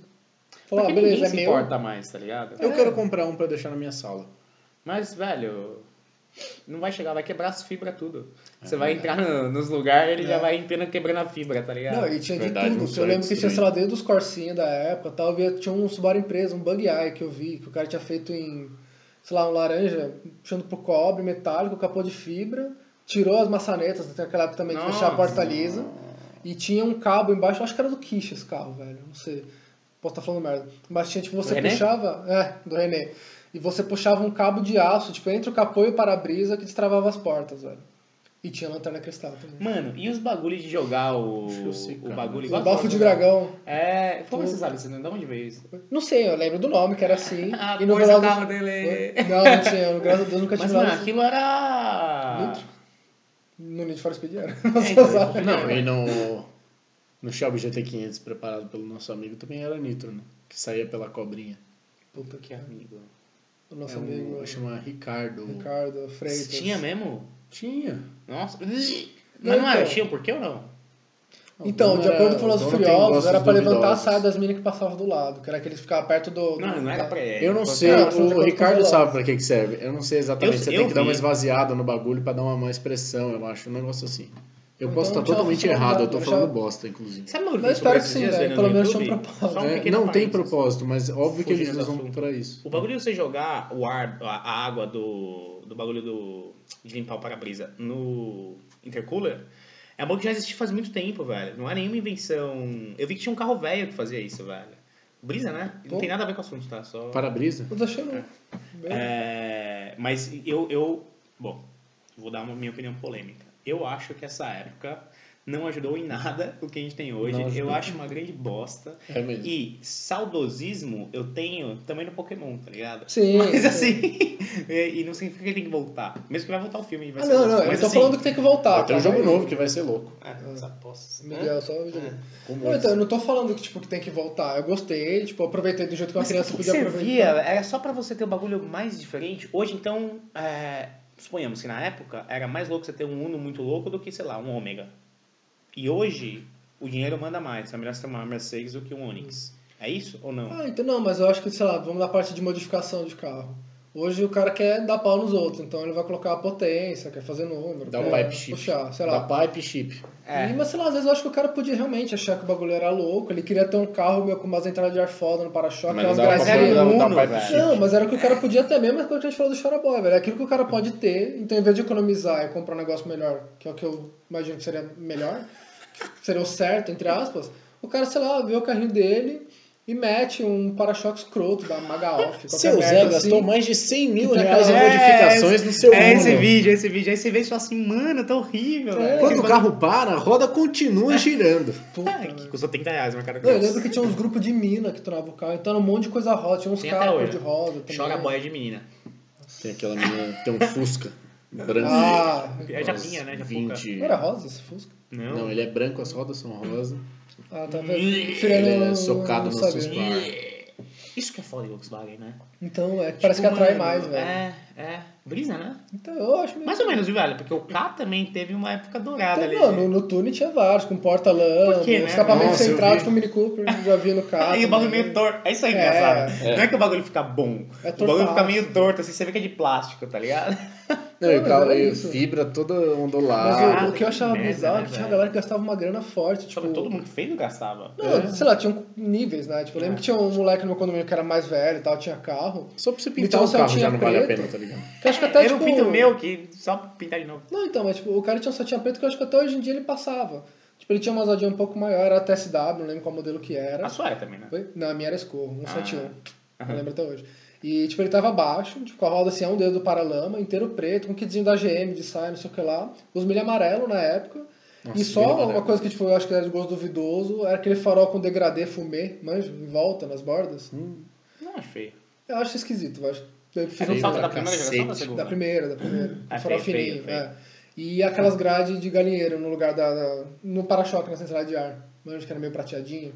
falou, ah,
Porque
beleza,
ninguém
é
se
meu.
importa mais, tá ligado?
Eu quero comprar um pra deixar na minha sala.
Mas, velho, não vai chegar, vai quebrar as fibras tudo. Você vai entrar no- nos lugares, ele já
É.
vai empinando, quebrando a fibra, tá ligado?
Não, e tinha de
Verdade, não
tudo.
só
Eu lembro que tinha,
destruindo.
sei lá, desde os Corsinha da época e tal, eu via- tinha um Subaru empresa, um Bug Eye que eu vi, que o cara tinha feito em, sei lá, um laranja, puxando pro cobre, metálico, capô de fibra. tirou as maçanetas, naquela época também de fechar a porta lisa. E tinha um cabo embaixo, acho que era do Kish esse carro, velho. Não sei. Posso estar falando merda. Mas tinha, tipo, você
René?
puxava. É, do René. E você puxava um cabo de aço, tipo, entre o capô e o para-brisa que destravava as portas, velho. E tinha lanterna cristal também.
Mano, e os bagulhos de jogar o,
Acho que eu
o
sei,
né?
cara.
bagulho
O
igual
bafo de
jogar?
dragão.
É, como você sabe? Você não de onde veio isso?
Não sei, eu lembro do nome, que era
(laughs)
assim.
Ah,
e no
pois
Velado-
o carro dele.
Não, não tinha. Graças a Deus nunca
Mas,
tinha
mano,
nada.
aquilo era.
Neutro? No Need for Speed era. (laughs)
É, então,
(laughs) Não, e no, no Shelby GT500 preparado pelo nosso amigo também era nitro, né? Que saía pela cobrinha.
Puta que amigo.
O nosso
É um-
amigo
Chama Ricardo.
Ricardo Freitas.
Tinha mesmo?
Tinha.
Nossa. Mas
Não,
não, era,
então.
tinha um porquê ou não?
Então, de
Era-
acordo com os
dono tem
furiosos,
gostos
era pra levantar a
duvidosos.
saia das minas que passavam do lado, que era aquele que ficava perto do. do-
Não, não era pra
Eu não sei,
era assunto de
o
quanto
Ricardo
controlava.
sabe pra que, que serve. Eu não sei exatamente.
Eu-
Você
eu
tem que dar uma
vi.
esvaziada no bagulho pra dar uma má expressão, eu acho. Um negócio assim. Eu
Então,
posso estar
já
totalmente
funcionava,
errado, eu tô
já-
falando bosta, inclusive.
Sabe uma
Não,
coisa que eu
espero
descobri
que
esses
sim,
dias
velho.
vendo
Pelo
no
menos tinha um
YouTube?
propósito.
Só um
É,
pequeno
não tem
parênteses.
propósito, mas óbvio que eles
Fugindo do
usam
assunto.
um pra isso.
O bagulho de você jogar o ar, a a água do, do bagulho do, de limpar o para-brisa no intercooler é algo que já existia faz muito tempo, velho. Não é nenhuma invenção. Eu vi que tinha um carro velho que fazia isso, velho. Brisa, né? Não
Pô.
tem nada a ver com o assunto, tá? Só.
Para-brisa?
Puta, achei louco. Bem-
É, mas eu, eu. Bom, vou dar uma minha opinião polêmica. Eu acho que essa época não ajudou em nada o que a gente tem hoje.
Não ajudou.
eu acho uma grande bosta.
É mesmo.
E saudosismo eu tenho também no Pokémon, tá ligado?
Sim.
Mas
sim.
assim, (laughs) e e não significa que tem que voltar. Mesmo que vai voltar o filme. e Vai
Ah,
ser
não,
louco.
não, eu
Mas
tô
assim,
falando que tem que voltar.
Vai ter um
calma
jogo
aí.
novo que vai ser louco.
Ah, as apostas, né?
Miguel, só o jogo.
Como
Não,
esse.
então, eu não tô falando que, tipo, que tem que voltar. Eu gostei, tipo, aproveitei do jeito que uma
Mas
criança
o que
podia
servia?
aproveitar.
Era só pra você ter um bagulho mais diferente. Hoje, então, é, suponhamos que na época era mais louco você ter um Uno muito louco do que, sei lá, um Ômega. E hoje, o dinheiro manda mais. É melhor você ter uma Mercedes do que um Onix. É isso ou não?
Ah, então não, mas eu acho que, sei lá, vamos na parte de modificação de carro. Hoje o cara quer dar pau nos outros, então ele vai colocar a potência, quer fazer número,
Dá um
quer
pipe um- chip.
puxar, sei lá.
Da Pipe Chip.
É.
E, mas sei lá, às vezes eu acho que o cara podia realmente achar que o bagulho era louco. Ele queria ter um carro meu com umas entradas de ar foda no para-choque,
Mas não
umas
dava pra
graças a
gracinhas.
pôr-
Deus,
dá- dá
Uno,
pipe
velho.
chip.
Não, mas era o que o cara podia ter mesmo, é quando a gente falou do Charaboy, velho. É aquilo que o cara pode ter, então em vez de economizar e comprar um negócio melhor, que é o que eu imagino que seria melhor, que seria o certo, entre aspas, o cara, sei lá, vê o carrinho dele e mete um para-choque escroto da Maga Off. qualquer
Seu Zé
merda
gastou
assim.
mais de 100 mil
Que tá
reais em
calado.
modificações no seu
é
Uno.
um
esse vídeo, é esse vídeo. Aí você vê e fala assim, mano, tá
É,
horrível. velho.
É, Quando
Aquele
o carro para, a roda continua girando.
Puta,
bagulho-
velho.
Que custou 30 reais, mas cara.
é? Não, eu lembro que tinha uns grupos de mina que tronavam o carro, então era um monte de coisa rosa, tinha uns
Tem até
carros
hoje.
de rosa também.
Chora boia de menina.
Tem aquela menina, tem um Fusca branco.
Ah,
É japinha, né? Japuca.
20.
não era rosa esse Fusca?
Não.
Não, ele é branco, as rodas são rosa.
Ah, tá
Ele
vendo?
Ele é
Tirando- um,
socado
não
no
sabia.
suspar.
Isso que é foda de Volkswagen, né?
Então, é, que parece
Tipo,
que atrai
mano,
mais, velho.
É, é. Brisa, né?
Então, eu acho meio...
Mais ou menos, viu, velho? Porque o K também teve uma época dourada
Então,
ali.
não, no, no Tune tinha vários, com porta-lama,
Por quê, né?
escapamento
Nossa, eu
central,
vi.
tipo Mini Cooper, já vi
(laughs)
no carro.
Aí o bagulho
também.
meio torto. É isso aí,
É.
engraçado. Não é que o bagulho fica bom.
É
o bagulho fica
tortaço.
meio torto, assim, você vê que é de plástico, tá ligado? (laughs)
Não, e o
mas
carro
era
aí,
isso.
fibra toda
Mas
ondulada.
o, o que eu achava
merda,
bizarro é
né,
que tinha uma
velho?
galera que gastava uma grana forte, tipo...
Só que todo mundo que fez não gastava.
Não, sei lá, tinham níveis, né? Tipo, eu lembro que tinha um moleque no meu condomínio que era mais velho e tal, tinha carro.
Só pra você
Então,
pintar o
se eu
carro já
tinha
não vale a
preto-
pena, tá ligado?
Que eu acho que até,
Era
tipo...
um pinto meu que só pintar de novo.
Não, então, mas tipo, o cara tinha um sutiã preto que eu acho que até hoje em dia ele passava. Tipo, ele tinha uma ousadinha um pouco maior, era TSW, não lembro qual modelo que era.
A sua era também, né?
Oi? Não, a minha era Escorro, 171.
Ah.
Eu lembro até hoje. E, tipo, ele tava baixo, tipo, com a roda assim, a um dedo do paralama, inteiro preto, com um kitzinho da GM de saia, não sei o que lá. Os milha amarelo na época. e
milha
só uma
amarelo.
coisa que, tipo, eu acho que era de gosto duvidoso, era aquele farol com degradê, fumê, manjo, em volta, nas bordas.
Hum. Não, acho feio.
Eu acho esquisito, eu acho. Eu prefiro
Não
Feio
falar.
falta
pra
da primeira geração ou da
cacete.
segunda?
né? Da primeira, da primeira.
Ah,
Um farol
né? feio, feio,
fininho,
feio.
é. E aquelas grades de galinheiro no lugar da. da- no para-choque na central de ar. Manjo que era meio prateadinho.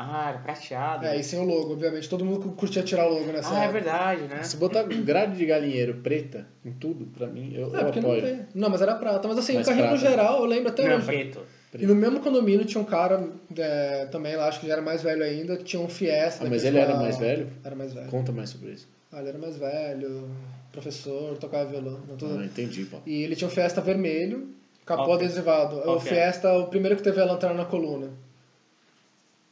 Ah, era prateado.
É, e sem o logo, obviamente. Todo mundo curtia tirar logo nessa
ah, é
época.
verdade, né?
Se botar grade de galinheiro preta em tudo, pra mim, eu,
É,
eu
porque não
apoio.
tem. Não, mas era prata. Mas assim,
Mas
o carrinho no
prata.
geral, eu lembro até
Não,
hoje.
preto.
E no mesmo condomínio tinha um cara é, também lá, acho que já era mais velho ainda, que tinha um Fiesta.
Ah, mas
que
ele era
tinha-
mais velho?
Era mais velho.
Conta mais sobre isso.
Ah, ele era mais velho, professor, tocava violão. Não tô...
Não, Ah, entendi, pô.
E ele tinha um Fiesta vermelho, capô
Qual que é?
adesivado.
Qual
o
que é?
Fiesta, o primeiro que teve a lanterna na coluna.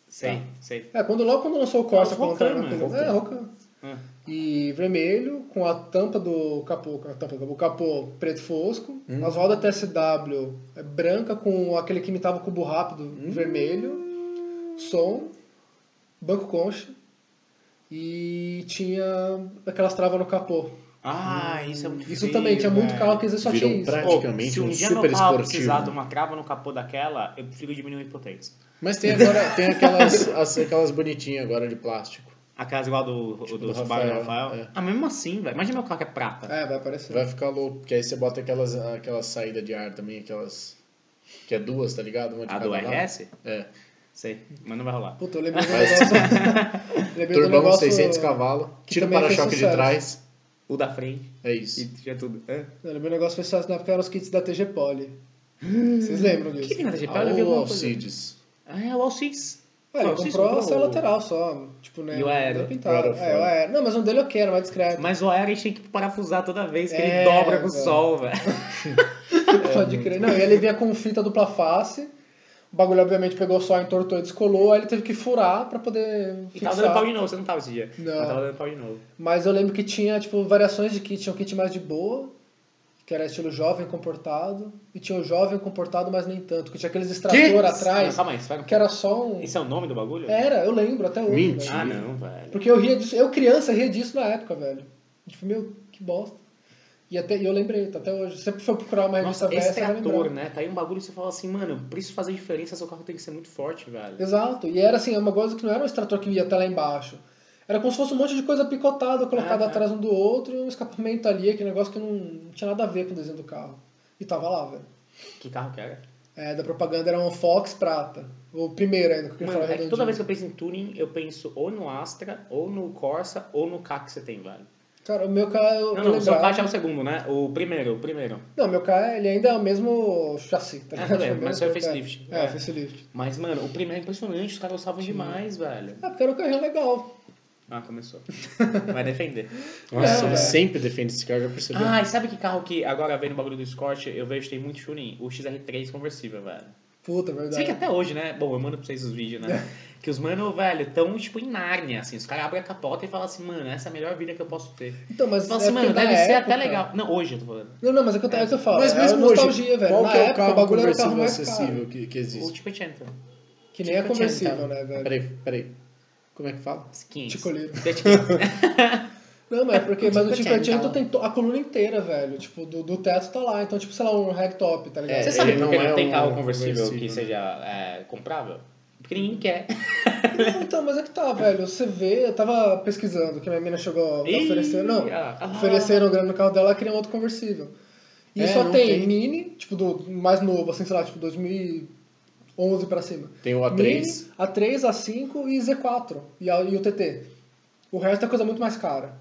Sei,
Tá.
sei.
É, quando, logo quando lançou o Corsa
Ah, o
com a lanterna na
Rocan,
coluna.
né?
É, Rocan.
Ah.
E vermelho, com a tampa do capô, com a tampa do capô, o capô preto fosco, as rodas TSW é branca com aquele que imitava o cubo rápido, vermelho, som, banco concha e tinha aquelas travas no capô.
Ah, isso é muito
Hum, Isso
feio,
também, tinha muito
velho.
carro que só
Virou
tinha isso.
pra-
Ô,
Praticamente
se né? um,
um
dia
super
meu carro
esportivo.
precisar de uma crava no capô daquela, eu prefiro diminuir a potência.
Mas tem agora, tem aquelas, as- aquelas bonitinhas agora de plástico.
Aquelas igual do,
Tipo
do,
do
Subaru
Rafael,
Rafael.
é.
Ah, mesmo assim, velho. Imagina meu carro que é prata.
É, vai aparecer.
Vai ficar louco, porque aí você bota aquelas, aquelas saídas de ar também, aquelas. Que é duas, tá ligado? Uma de
A
cada
do
lado.
RS?
É.
Sei, mas não vai rolar.
Puta, eu lembrei do negócio. (laughs) lembrei do
Turbão,
negócio
600 cavalos.
que
Tira o
também fez
para-choque de
sucesso.
trás.
O da frente
É isso.
e tinha tudo. É. Hã?
Eu lembrei do negócio que fez sucesso na época eram os kits da TG Poli. Vocês lembram
O que
disso?
tem na TGP? Eu vi
Alô,
alguma coisa.
Alcides.
Ah, é o Alcides.
Ah, ele
Não, vocês
comprou a
compraram
saia
o-
lateral só. Tipo, né?
E o aero?
não pintado.
O aero
É, o
fora.
aero. Não, mas um dele eu quero, mais discreto.
Mas o Ares tem que parafusar toda vez que
É,
ele dobra com o
velho.
sol, velho.
(laughs) Pode crer. Não, e ele vinha com fita dupla face. O bagulho, obviamente, pegou só, entortou e descolou. Aí ele teve que furar pra poder
E tava dando pau
fixar.
de novo, você não tava esse dia.
Não.
Mas tava dando pau de novo.
Mas eu lembro que tinha, tipo, variações de kit. Tinha um kit mais de boa, que era estilo jovem comportado. E tinha o jovem comportado, mas nem tanto. Que tinha aqueles extrator
Não,
atrás,
calma aí, você vai no
que era só um...
Esse é o nome do bagulho?
Era, eu lembro, até hoje.
Mentira.
velho.
Ah, não, velho.
Porque eu ria disso, eu criança ria disso na época, velho. Tipo, meu, que bosta. E até, e eu lembrei, tá até hoje. Se você for procurar uma revista
Nossa,
dessa,
esse é
vai
ator,
lembrar.
né? Tá aí um bagulho e você fala assim, mano, pra isso fazer diferença, seu carro tem que ser muito forte, velho.
Exato. E era assim, é uma coisa que não era um extrator que ia até lá embaixo. Era como se fosse um monte de coisa picotada, colocada
Ah, é.
atrás um do outro, e um escapamento ali, aquele negócio que não, não tinha nada a ver com o desenho do carro. E tava lá, velho.
Que carro que era?
É, da propaganda era um Fox prata. O primeiro ainda, que eu
Mano,
falava
é que toda
redondinho.
vez que eu penso em tuning, eu penso ou no Astra, ou no Corsa, ou no K que você tem, velho.
Cara, o meu carro, eu,
Não,
eu
não, o seu K
lembrava-
já é o segundo, né? O primeiro, o primeiro.
Não, meu carro, ele ainda é o mesmo chassi, tá
Ah,
ligado?
é,
Tipo,
mas
mesmo
só é
cara.
facelift.
É,
É.
facelift.
Mas, mano, o primeiro é impressionante, os caras gostavam demais, velho.
Ah, porque era um carrinho legal.
Ah, começou. Vai defender.
Nossa,
É,
ele
velho.
sempre defende esse carro, já percebeu?
Ah, e sabe que carro que agora vem no bagulho do Escort, eu vejo que tem muito tuning? O XR3 conversível, velho.
Puta, é
Se bem que
verdade.
até hoje, né? Bom, eu mando pra vocês os vídeos, né? Que os mano, velho, tão tipo em Nárnia, assim. Os caras abrem a capota e falam assim, mano, essa é a melhor vida que eu posso ter.
Então, mas
Você fala
é
assim,
porque
mano,
na
deve ser
época-
até legal. Não, hoje eu tô falando.
Não, não, mas é o que eu, é o que eu falo.
Mas
é
mesmo hoje,
nostalgia, velho.
qual
na
que é o
época,
carro
o bagulho era o
conversível
carro mais
acessível
caro.
que, que
O
existe?
tipo 80.
Que nem é
Tipo,
conversível,
tinha,
né, velho?
Peraí, peraí. Como é que fala?
15.
Ticoleiro.
É, (laughs) tipo,
Não, mas é porque mas o
Tipo,
Tico
tinha,
Argento
então.
tem to- a coluna inteira, velho. Tipo, do, do teto tá lá. Então, tipo, sei lá, um ragtop, tá ligado?
É,
Você sabe
ele
por
não
que não
é
tem
um
carro conversível
conversível,
que
né?
seja é, comprável? Porque ninguém quer.
Não, então, mas é que tá, velho. Você vê, eu tava pesquisando que minha mina chegou a
Ih,
oferecer. Não,
ah, ah.
ofereceram grana no carro dela, ela queria um outro conversível. E
É,
só
não
tem,
tem.
mini, tipo, do mais novo, assim, sei lá, tipo, 2011 pra cima.
Tem o A3.
Mini, A3, A5 e Z4. E, a- e o TT. O resto é coisa muito mais cara.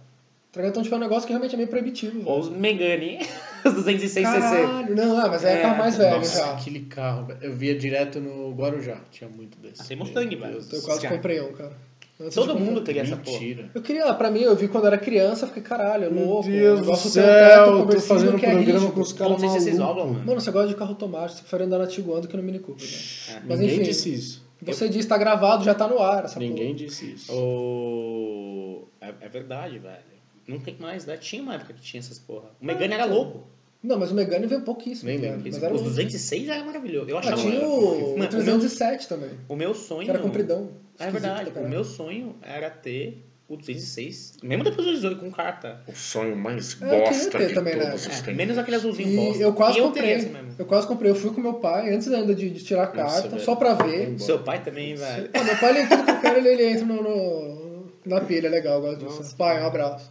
Tá ligado? Então, tipo, é um negócio que realmente é meio proibitivo. velho.
Ou os Megane, (laughs) os 206cc.
Caralho, não, é, mas é,
É,
carro mais velho
nossa,
já.
aquele carro. velho. Eu via direto no Guarujá. Tinha muito desse.
Ah, tem Mustang,
Meu
velho.
Deus
Então, eu
do
quase
céu.
comprei um, cara. Antes de
Todo
comprar.
mundo queria essa porra.
Mentira.
Eu queria, pra mim, eu vi quando eu era criança, eu fiquei, caralho, é
Meu
louco.
Deus
o
do
negócio tem um teto
céu, tô
conversível
fazendo
que é
programa
rígido.
com os caras
Ponto 66 obra,
malucos.
mano.
Mano, você gosta de carro automático, você prefere andar na Tiguan do que no Mini Cooper, né? Mas
Ninguém
enfim,
disse isso.
você diz, tá gravado, já tá no ar essa
Ninguém disse isso.
O... É, é verdade, velho. Não tem mais, né? Tinha uma época que tinha essas porra. O Megane era louco.
porra. Não, mas o Megane veio pouquíssimo,
Nem
cara,
lembro.
Ah, então. mas era
Os
um-
206 era maravilhoso. Eu
Ah,
achava.
tinha
maravilhoso.
o
né? Mano, o meu
307 também,
O meu
que
sonho.
era compridão.
É verdade. O meu sonho era ter o 206. Mesmo depois do 18 com carta.
O sonho mais
É, eu queria ter também, né?
É, menos aquele azulzinho bosta.
E eu quase
E eu
comprei.
teria esse mesmo.
Eu quase comprei. Eu fui com meu pai, antes ainda de, de tirar a
Nossa,
carta,
velho.
só pra ver.
Embora.
Seu pai também, velho.
Ah, meu pai, ele, tudo que eu quero, ele, ele entra no, no- na pilha, é legal, eu gosto disso. Pai, um abraço.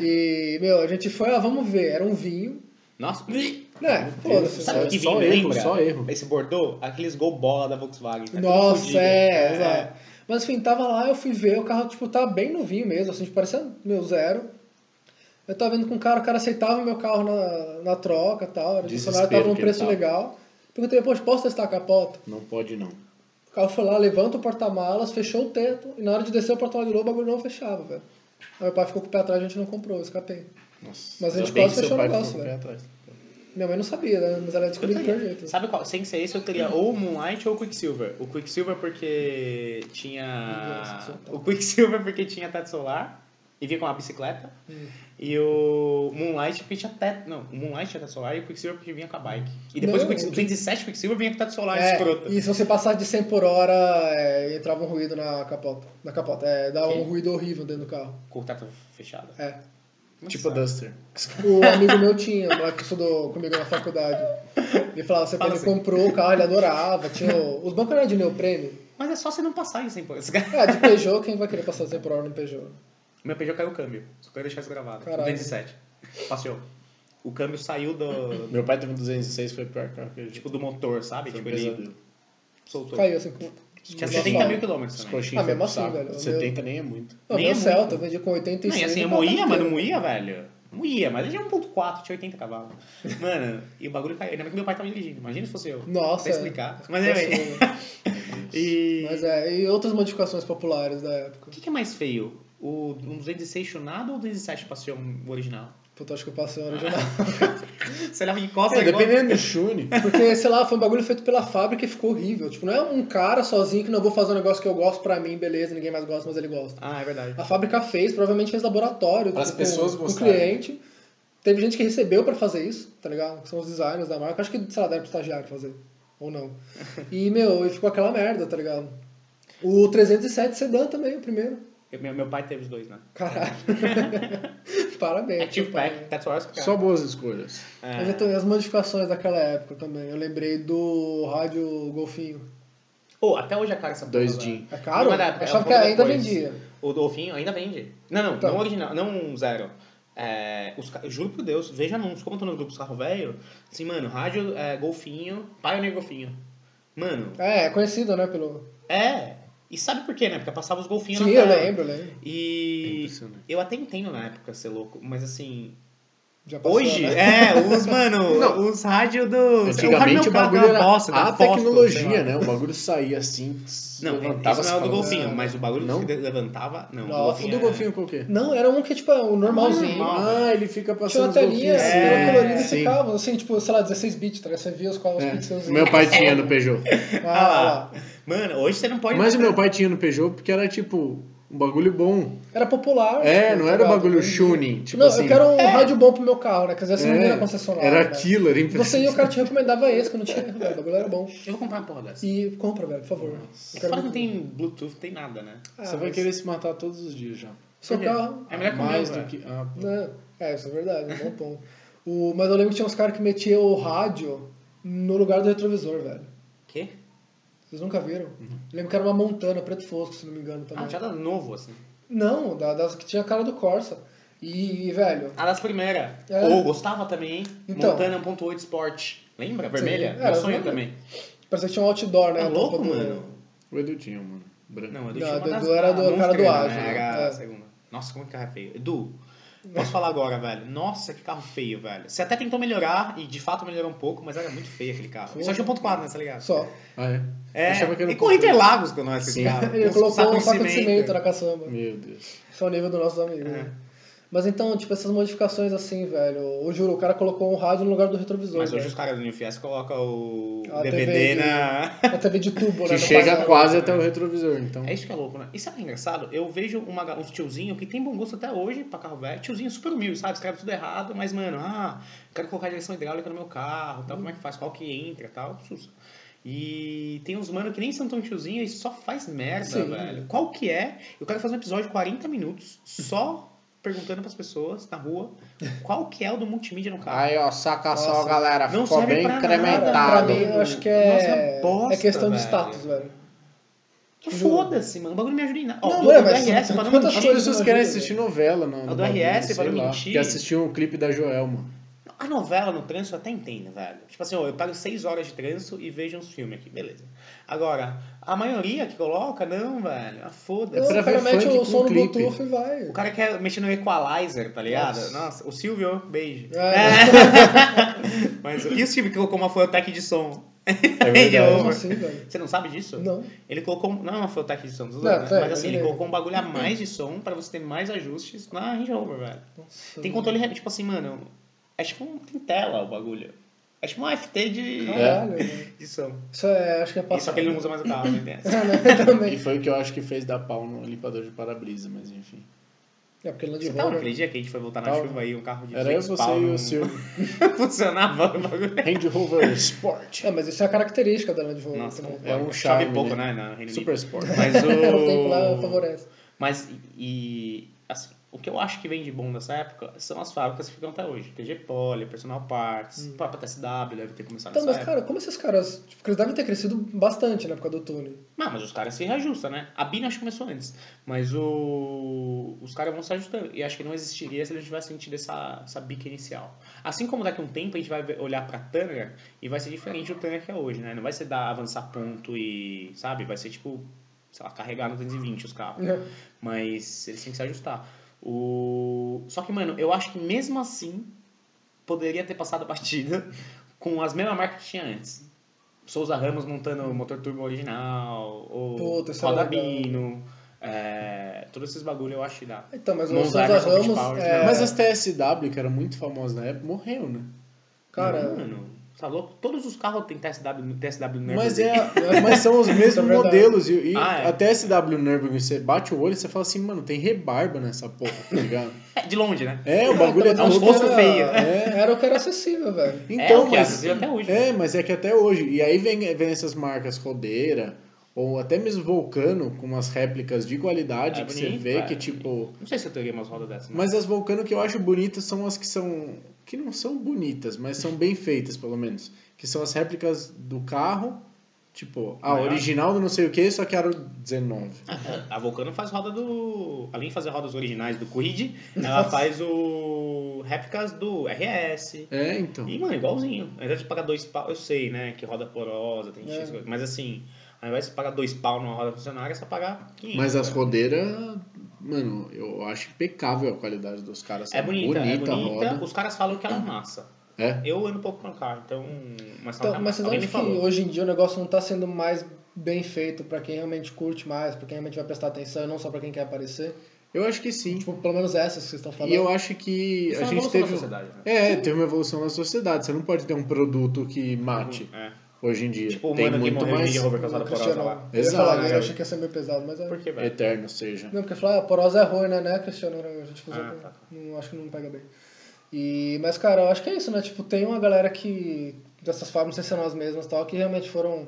E, meu, a gente foi, ah, vamos ver, era um vinho,
Nossa.
né? Foda-se.
Sabe
Só-
o que vinho
só erro,
lembra?
só erro.
Esse Bordeaux, aqueles gol bola da
É
Volkswagen. tá tudo
Nossa,
fudido.
é, exato. Mas enfim, tava lá, eu fui ver, o carro, tipo, tava bem novinho mesmo, assim, tipo, parecia meu zero. Eu tava vendo com o cara, o cara aceitava o meu carro na, na troca e tal, era
Desespero
funcionário, tava num
que ele
preço
tava.
legal. Perguntei, poxa, posso testar a capota?
Não pode não.
O carro foi lá, levanta o porta-malas, fechou o teto, e na hora de descer o porta-malas de novo, o bagulho não fechava, velho. Aí meu pai ficou com o pé atrás, a gente não comprou, eu escapei.
Nossa.
Mas a gente
Ainda bem
quase
que seu
fechou o
pai
negócio,
ficou com o pé
velho.
atrás.
Minha mãe não sabia, né? Mas ela
Eu
descobriu de
teria.
qualquer jeito. assim.
Sabe qual? Sem ser esse, eu teria ou o Moonlight ou o Quicksilver. O Quicksilver porque tinha.
Nossa, que
O Quicksilver porque tinha teto solar. e vinha com uma bicicleta. E o Moonlight que tinha teto. Não, o Moonlight tinha teto solar e o Quicksilver que vinha com a bike. E depois
Não,
o Quicksilver,
o
o
que-
207 Quicksilver vinha com teto solar
É,
escroto.
E se você passasse de 100 por hora, é, entrava um ruído na capota. Na capota, é, dava
Que?
um ruído horrível dentro do carro.
Com o teto fechado. (laughs)
É.
Tipo a Duster.
O amigo meu tinha, o moleque que estudou comigo na faculdade. Ele falava, você
Fala
ele
assim.
comprou o carro, ele adorava. Tinha o- Os bancos eram de neoprene.
Mas é só você não passar isso, hein, pô. Esse cara-
É, de Peugeot, quem vai querer passar 100 por hora no Peugeot?
Meu Peugeot caiu o câmbio. Só quero deixar isso gravado.
Caralho.
207. Passeou. O câmbio saiu do.
Meu pai teve um 206, foi o pior carro que eu já
tipo, do motor, sabe?
Foi um
tipo, ele
pesadelo.
soltou.
Caiu assim. pum.
Tinha
Nossa,
70 mil
olha.
quilômetros
Os
também.
coxinhas
Ah,
foi
mesmo
pro
assim,
saco.
velho, o
70 nem é muito.
Não,
Nem
meu
é muito.
Celta, eu vendi com
Não,
85.
e assim, eu
tava
moía, mas não
inteiro.
moía, velho. Moía, mas ele é 1.4, tinha 80
(laughs)
cavalos. Mano, e o bagulho caiu. Ainda bem que meu pai tava dirigindo. Imagina se fosse eu.
Nossa.
Pra explicar.
é.
Mas é. E.
Mas é, e outras modificações populares da época.
O que, que é mais feio? O um 206 chunado ou o 207 passeio um original? (laughs)
Puta, acho que eu passei o original.
Você leva em costa
É,
igual-
dependendo
(laughs)
do Shune.
Porque, sei lá, foi um bagulho feito pela fábrica e ficou horrível. Tipo, não é um cara sozinho que não vou fazer um negócio que eu gosto pra mim, beleza, ninguém mais gosta, mas ele gosta.
Ah, é verdade.
A fábrica fez, provavelmente fez laboratório
Pras
com,
pessoas
com o
gostarem.
cliente. Teve gente que recebeu pra fazer isso, tá ligado? Que são os designers da marca. Acho que, sei lá, deram pro estagiário fazer. Ou
(laughs)
não. E, meu, e ficou aquela merda, tá ligado? O 307 sedã também, o primeiro.
Eu- meu, meu pai teve os dois, né?
Caralho. (laughs) Parabéns.
Active
papai.
Pack, That's Wars, cara.
Só boas escolhas.
É.
Mas eu também as modificações daquela época também. Eu lembrei do rádio Golfinho.
Pô, até hoje é caro essa porra,
Dois
velho.
din.
É caro?
Não era- era
Achava
um
que ainda
depois.
vendia.
O Dolfinho ainda vende. Não, não,
Então.
não original, não um zero. É, os, ca- eu juro por Deus, veja anúncios, como eu tô nos grupos carro velho, assim, mano, rádio é, Golfinho, Pioneer Golfinho. Mano,
É, é conhecido, né? Pelo...
é. E sabe por quê, né? Porque passava os golfinhos
Sim,
na
eu
tela.
lembro, eu lembro.
É
E
impressionante.
eu até entendo na época ser louco, mas assim.
Já passou,
Hoje,
né?
é, os,
(laughs)
mano, os rádios do.
Antigamente o
rádio
bagulho
meu
era
carro, é bosta,
a
da Fosco, sei
tecnologia,
lá.
né? O bagulho saía assim,
Não,
levantava
isso não é o do
falava, "Ah,
golfinho, mas o bagulho
Não?
que levantava, não.
Nossa,
O
golfinho
do
era-
golfinho com o quê?
Não, era um que tipo, é um normalzinho.
normal.
Ah, ele fica
Tinha
passando
uma
os
telinha,
golfinhos.
assim,
É,
toda colorida e
sim.
ficava, assim, tipo, sei lá, 16 bits, tá? ligado? Você via os quais os pixels.
É. Meu pai tinha no Peugeot.
Ah, lá.
Mano, hoje você não pode.
Mas o meu pai tinha no Peugeot porque era tipo um bagulho bom.
Era popular.
É,
tipo,
não
tá
era o
ligado?
bagulho
Vendia.
Shuning. Tipo
não,
assim.
eu quero um rádio bom pro meu carro, né? Que às vezes você não
É,
ia na concessionária.
Era
né?
aquilo, era
Você ia, o
impressionante.
cara te recomendava esse, que não tinha. (laughs) velho, O bagulho era bom.
Eu vou comprar uma porra dessa.
E compra, velho, por favor. Eu quero
Fora que não
muito.
tem Bluetooth, não tem nada, né?
Ah,
Você vai
mas
querer se matar todos os dias já.
Seu
Por quê?
carro.
É melhor que o
Mais
meu,
do
velho.
que. Ah, pô.
Não, é, isso é verdade, é um bom ponto. O, mas eu lembro que tinha uns caras que metiam o rádio no lugar do retrovisor, velho.
Quê?
Vocês nunca viram?
Uhum.
Eu lembro que era uma montana, preto fosco, se não me engano também.
Ah, já tá novo, assim.
Não, da, das que tinha a cara do Corsa. E, e, velho.
Ah, das primeiras.
É.
Ou gostava também, hein?
Então.
Montana 1.8 Sport. Lembra? Vermelha?
Sim. É,
Meu sonho
lembro.
também.
Parecia que tinha um outdoor, né?
Tá
a
louco,
tampa do-
mano?
O Edu tinha, mano. Branco.
Não, Edu
Não,
tinha é uma
do
das-
Edu era do-
a
cara
Monster,
do
né?
Ágil, né?
Era
É.
a segunda. Nossa, como que carro é feio. Edu, posso falar agora, velho? Nossa, que carro feio, velho. Você até tentou melhorar, e de fato melhorou um pouco, mas era muito feio aquele carro. Só tinha 1.4, né? Tá ligado? (laughs)
Só.
Ah, é? Eu
É,
achava que era um
e corri
pouco-
Interlagos com nós, esse
Sim.
carro.
(laughs) Ele
Um
colocou
saco
um saco de cimento na caçamba.
Meu Deus.
Esse é o nível dos nossos amigos.
É.
né? Mas então, tipo, essas modificações assim, velho. Eu juro, o cara colocou um rádio no lugar do retrovisor. né?
Mas hoje os
velho.
caras do New Fiesta colocam o
A
DVD
TV de-
na.
A TV
(laughs)
de tubo, né?
Que
no
chega
painel.
quase até o retrovisor, então.
É isso que é louco, né? E sabe o que é engraçado? Eu vejo uma, ga- uns tiozinho que tem bom gosto até hoje pra carro velho. Tiozinho super humilde, sabe? Escreve tudo errado, mas, mano, ah, quero colocar direção hidráulica no meu carro,
Uhum.
tal, como é que faz, qual que entra tal, sussa. E tem uns mano que nem são tão tiozinho e só faz merda,
Sim.
velho. Qual que é? Eu quero fazer um episódio de 40 minutos só perguntando pras pessoas na rua qual que é o do multimídia no carro.
Aí, ó, saca
só, Nossa.
galera.
Não ficou serve bem pra nada,
Cara, pra
Coitado.
mim, eu acho que é.
Nossa, bosta,
é questão de
velho.
status, velho.
Que foda-se, mano. O bagulho não me ajuda em nada. Ó,
Não,
do,
é,
do
mas
RS, pra não
quantas
As
mentir.
coisas-
pessoas querem assistir novela, não.
do RS, pra não mentir.
Que assistiam o clipe da
(laughs)
Joelma.
A novela no trânsito eu até entendo, velho. Tipo assim, ó, eu pago seis horas de trânsito e vejo uns filmes aqui, beleza. Agora, a maioria que coloca, não, velho. Ah,
Então,
foda-se.
É pra
o cara
ver
mete
funk
o
com
som no
clipe.
Bluetooth e vai.
O cara quer mexer no equalizer, tá ligado?
Nossa.
Nossa, o Silvio, beijo.
É.
(laughs) Mas, e o Silvio que colocou uma Foyotech de som?
É verdade.
Como assim, velho?
Você não sabe disso?
Não.
Ele colocou. um- Não é uma Foyotech de som, tô
Não, Uhum.
zoando, né?
tá,
mas assim,
eu
ele
lembro.
colocou um bagulho a mais de som pra você ter mais ajustes na Range Rover, velho.
Nossa,
Tem controle, re- tipo assim, mano. É tipo um. Tem tela o bagulho. É tipo um FT de.
Caralho, velho.
De som.
Isso é, acho que é
E
passado.
só que ele não usa mais o
(laughs)
carro, né?
(laughs) Ah, não, também.
E foi o que eu acho que fez dar pau no limpador de para-brisa, mas enfim.
É porque ele anda de
Você tá um tava
Rover.
aquele dia que a gente foi voltar na
Tava.
chuva e o carro de
Era eu,
Jack
você
Spawn
e
não-
o Silvio.
(laughs) Funcionava o bagulho.
Range Rover Sport.
É, mas isso é a característica da Land Rover.
Nossa, um
também. É,
não
é
pode.
um
Chove
charme,
pouco, né?
né?
na Reino Unido.
Super Sport. (laughs)
Mas
O tempo lá
o...
favorece.
Mas, e... assim, o que eu acho que vem de bom nessa época são as fábricas que ficam até hoje. TG Poly, Personal Parts,
Hum.
própria TSW deve ter começado
Então,
nessa
mas
época.
cara, como esses caras. Tipo, que eles devem ter crescido bastante na época do Tune.
Não, Ah, mas os caras se reajustam, né? A Bina acho que começou antes. Mas o... os caras vão se ajustando. E acho que não existiria se eles tivessem tido essa, essa bica inicial. Assim como daqui a um tempo a gente vai ver- olhar pra Tanga e vai ser diferente do Tanga que é hoje, né? Não vai ser dar avançar ponto e, sabe? Vai ser tipo, sei lá, carregar no 220 os carros. Mas eles têm que se ajustar. O... Só que, mano, eu acho que mesmo assim poderia ter passado a batida (laughs) com as mesmas marcas que tinha antes. Souza Ramos montando o motor turbo original, ou
Puta, isso é legal.
Rodabino, é... todos esses bagulho eu acho que dá.
(laughs) Então, mas o
Não,
Souza
Emerson
Ramos.
Fittipaldi,
é,
não.
Mas as TSW, que era muito famosa na época, morreu, né?
Cara,
Mano, tá louco? Todos os carros têm TSW, TSW Nerd.
Mas, é, mas são os mesmos
Isso (laughs) é verdade.
modelos. E, e
Ah, é.
a TSW Nürburgring, você bate o olho e você fala assim, mano, tem rebarba nessa porra, tá ligado?
de longe, né?
É, o bagulho é
então, mas
todo...
um rosto
era- é,
feio,
né?
Era o que era acessível, velho.
é, o
Então,
que
mas...
é, até hoje.
É, mas é que até hoje. E aí vem, vem essas marcas Rodeira, ou até mesmo Volcano, com umas réplicas de qualidade
É
que você
bonito,
vê
é.
que, tipo...
Não sei se eu teria umas rodas dessas. né?
Mas as Volcano que eu acho bonitas são as que são. que não são bonitas, mas são bem feitas, pelo menos. Que são as réplicas do carro, tipo, a
Maior.
original do não sei o que, só que era o 19.
A Volcano faz roda do. Além de fazer rodas originais do Creed, ela faz o. réplicas do RS.
É, então.
E, mano, igualzinho. Ao invés de pagar dois pau, eu sei, né? Que roda porosa, tem
É.
X coisa. Mas assim, ao invés de pagar dois pau numa roda funcionária, é só pagar 500.
Mas as
né?
rodeiras, mano, eu acho impecável a qualidade dos caras.
É
sabe?
bonita,
bonita
é
a
bonita.
roda.
Os caras falam que ela é massa.
É.
Eu ando um pouco com o carro, então. Mas, falam que
Então,
é
mas
massa.
vocês
Alguém
acham
me
que
falou.
hoje em dia o negócio não tá sendo mais bem feito pra quem realmente curte mais, pra quem realmente vai prestar atenção e não só pra quem quer aparecer?
Eu acho que sim.
Tipo, pelo menos essas que vocês estão falando.
E eu acho
Tá
que
Isso é uma
a gente
evolução da
teve.
sociedade, né?
É, teve uma evolução na sociedade. Você não pode ter um produto que mate
É.
hoje em dia.
Tipo, o
Tem
mano que
muito
morreu
mais
de rover com as
Não,
rodas
Cristiano,
porosas lá.
Eu ia falar,
Exato,
né? eu
cara.
achei que ia ser meio pesado, mas é.
Por que, velho?
eterno seja.
Não, porque falar, ah, porosa é ruim, né? né, Cristiano? Eu, tipo,
É,
Ah,
já-
tá.
não, acho que não pega bem. E, mas, cara, eu acho que é isso, né? Tipo, tem uma galera que, dessas fábricas, não sei se são as mesmas e tal, que realmente foram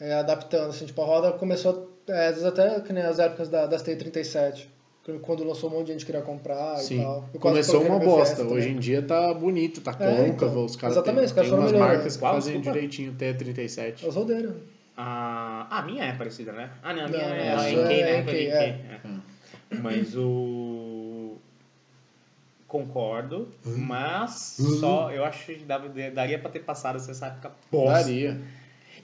é, adaptando, assim. Tipo, a roda começou, é, às vezes até que nem as épocas da, das T37, que quando lançou um monte de gente queria
Ah, então,
comprar e
Sim.
tal. Eu quase
Começou
coloquei
uma
no meu
bosta.
VS
Hoje
também.
em dia tá bonito, tá côncavo.
É, então.
os caras
Exatamente,
têm,
os caras
tem
foram
umas
melhorando.
marcas que
Qual?
fazem
Desculpa.
direitinho o T37.
As rodeiras.
Ah, a minha é parecida, né? Ah, não, a minha
Não,
é
a
a
sua
NK,
é
né? Foi
NK,
NK,
é.
é. Mas o. Concordo, mas só eu acho que dava- daria pra ter passado essa época bosta.
Daria.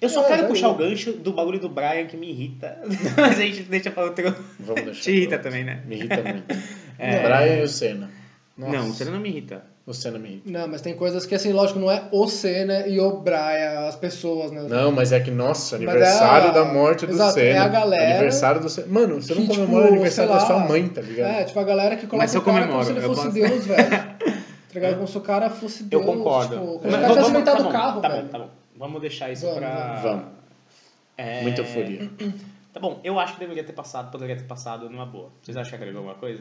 Eu só
É,
quero
daria.
puxar o gancho do bagulho do Brian que me irrita, (laughs) mas a gente deixa pra outro. (laughs)
Vamos deixar.
Te irrita
pra-
também, né?
Me irrita muito.
É.
O Brian e o Senna. Nossa,
Não, você não me irrita.
O Senna me irrita.
Não, mas tem coisas que, assim, lógico, não é o Senna e o Brian, as pessoas, né?
Não, mas é que, nossa,
Mas
aniversário
é a-
da morte do
Exato,
Senna.
é a galera
Aniversário do Senna. Mano, você não
que,
comemora o
tipo,
aniversário
sei
da
lá,
sua mãe, tá ligado?
É, tipo a galera que coloca
Mas eu
o cara
comemoro,
como se ele
eu
fosse
posso- (laughs)
Deus, velho. Tá ligado? Como se o cara fosse
Eu
Deus.
concordo.
Tipo, como
Mas
se o cara
vamos-
tivesse
vamos- tá
inventado o
bom,
carro,
Tá
velho.
bom, tá bom. Vamos deixar isso
Vamos,
pra.
Vamos.
É...
Muita euforia.
Tá bom, eu acho que deveria ter passado, poderia ter passado numa boa. Vocês acham que agregou alguma coisa?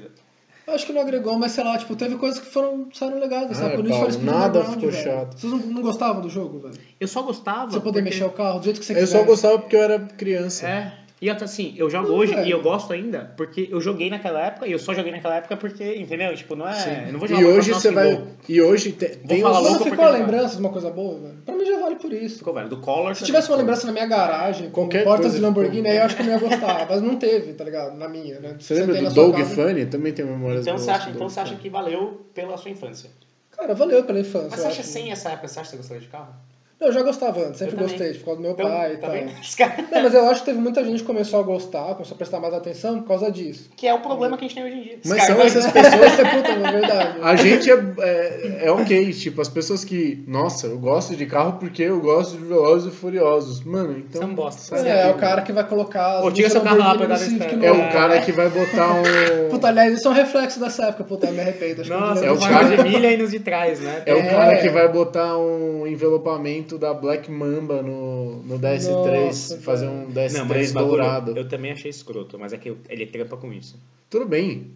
Eu acho que não agregou, mas sei lá, tipo, teve coisas que foram, saíram
É,
legais. Sabe?
Ai,
Quando a gente
Paulo,
foi explodir
nada
underground,
ficou
velho.
chato.
Vocês não, não gostavam do jogo, velho?
Eu só gostava.
Você poder mexer o carro do jeito que você
Eu
quiser.
só gostava porque eu era criança.
É. E até assim, eu jogo
Não, é.
hoje
velho.
e eu gosto ainda, porque eu joguei naquela época e eu só joguei naquela época porque, entendeu? Tipo, não é. Eu não vou jogar assim,
e
agora,
hoje
nossa,
você
que
vai.
gol.
E hoje te- tem
falar
uns
Mas
louco
não ficou a
porque-
lembrança de uma coisa boa, velho? Pra mim já vale por isso.
Ficou, velho, do Collor. tipo,
Se tivesse uma lembrança na minha garagem, com
Qualquer
portas
coisa,
de Lamborghini, aí eu acho que eu não ia gostar. Mas não teve, tá ligado? Na minha, né?
Você
tem
lembra
na
do
sua
Doug
casa.
Funny? Também tem memórias
Então
boas
você acha,
do
então
Doug
você acha
Funny.
que valeu pela sua infância.
Cara, valeu pela infância.
Mas
eu
você acha
acho.
sem essa época, você acha que você gostaria de carro?
Não, eu já gostava antes, sempre
Eu também.
gostei, tipo, por causa do meu
Então,
pai e
tá
tal.
vendo? (laughs) Os caras-
Não, mas eu acho que teve muita gente que começou a gostar, começou a prestar mais atenção por causa disso.
Que é o problema que a gente tem hoje em dia. Os
Mas
caras-
são essas pessoas.
Pessoas é puta, na verdade.
A gente é, é, é ok, tipo, as pessoas que. Nossa, eu gosto de carro porque eu gosto de Velozes e Furiosos. Mano, então.
São um bosta.
sabe?
É, é o cara que vai colocar. as
Ô, tira
luzes
seu carro lá pra dar
Lamborghini no assim, Civic
distância.
É
novo.
o cara que vai botar um.
Puta, aliás, isso é um reflexo dessa época, puta, eu me arrependo. acho que eu
Nossa,
É
é
o
o
devia-
cara-
carro de milha e nos de trás, né?
É o
É.
cara que vai botar um envelopamento da Black Mamba no, no DS3,
Nossa,
fazer
cara.
um
mas
DS3
esse bagulho
dourado.
Eu também achei escroto, mas é que eu- ele trampa com isso.
Tudo bem.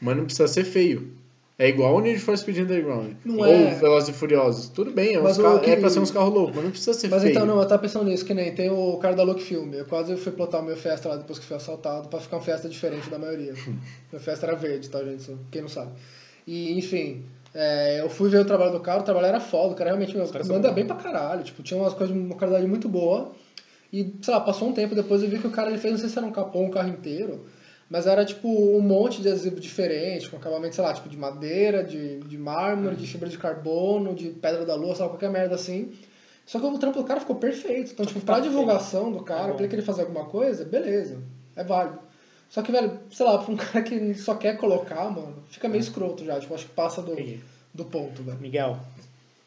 Mas não precisa ser feio. É igual o Need for Speed Underground.
Não
Ou
é.
Velozes e Furiosos. Tudo bem, é, uns
Mas o
carro-
que-
é pra ser uns carros loucos, mas não precisa
assim,
ser
Mas
feio.
então, não, eu tava pensando nisso, que nem tem o cara da Look Filme. Eu quase fui plotar o meu festa lá depois que fui assaltado pra ficar uma festa diferente
(laughs)
da maioria. meu festa era verde, tá, gente? Isso- Quem não sabe. E, enfim, é, eu fui ver o trabalho do cara, o trabalho era foda, o cara realmente meu,
caras são
manda
bons.
bem pra caralho. Tipo, tinha umas coisas, uma qualidade muito boa. E, sei lá, passou um tempo depois eu vi que o cara ele fez, não sei se era um capô ou um carro inteiro, mas era tipo um monte de adesivo diferente, com acabamento, sei lá, tipo de madeira, de, de mármore, de fibra de carbono, de pedra da lua, sei lá, qualquer merda assim. Só que o trampo do cara ficou perfeito. Então, tipo, pra divulgação do cara, pra ele querer fazer alguma coisa, beleza, é válido. Só que, velho, sei lá, pra um (laughs) cara que só quer colocar, mano, fica meio escroto já. Tipo, acho que passa do,
Entendi.
do ponto, velho.
Miguel,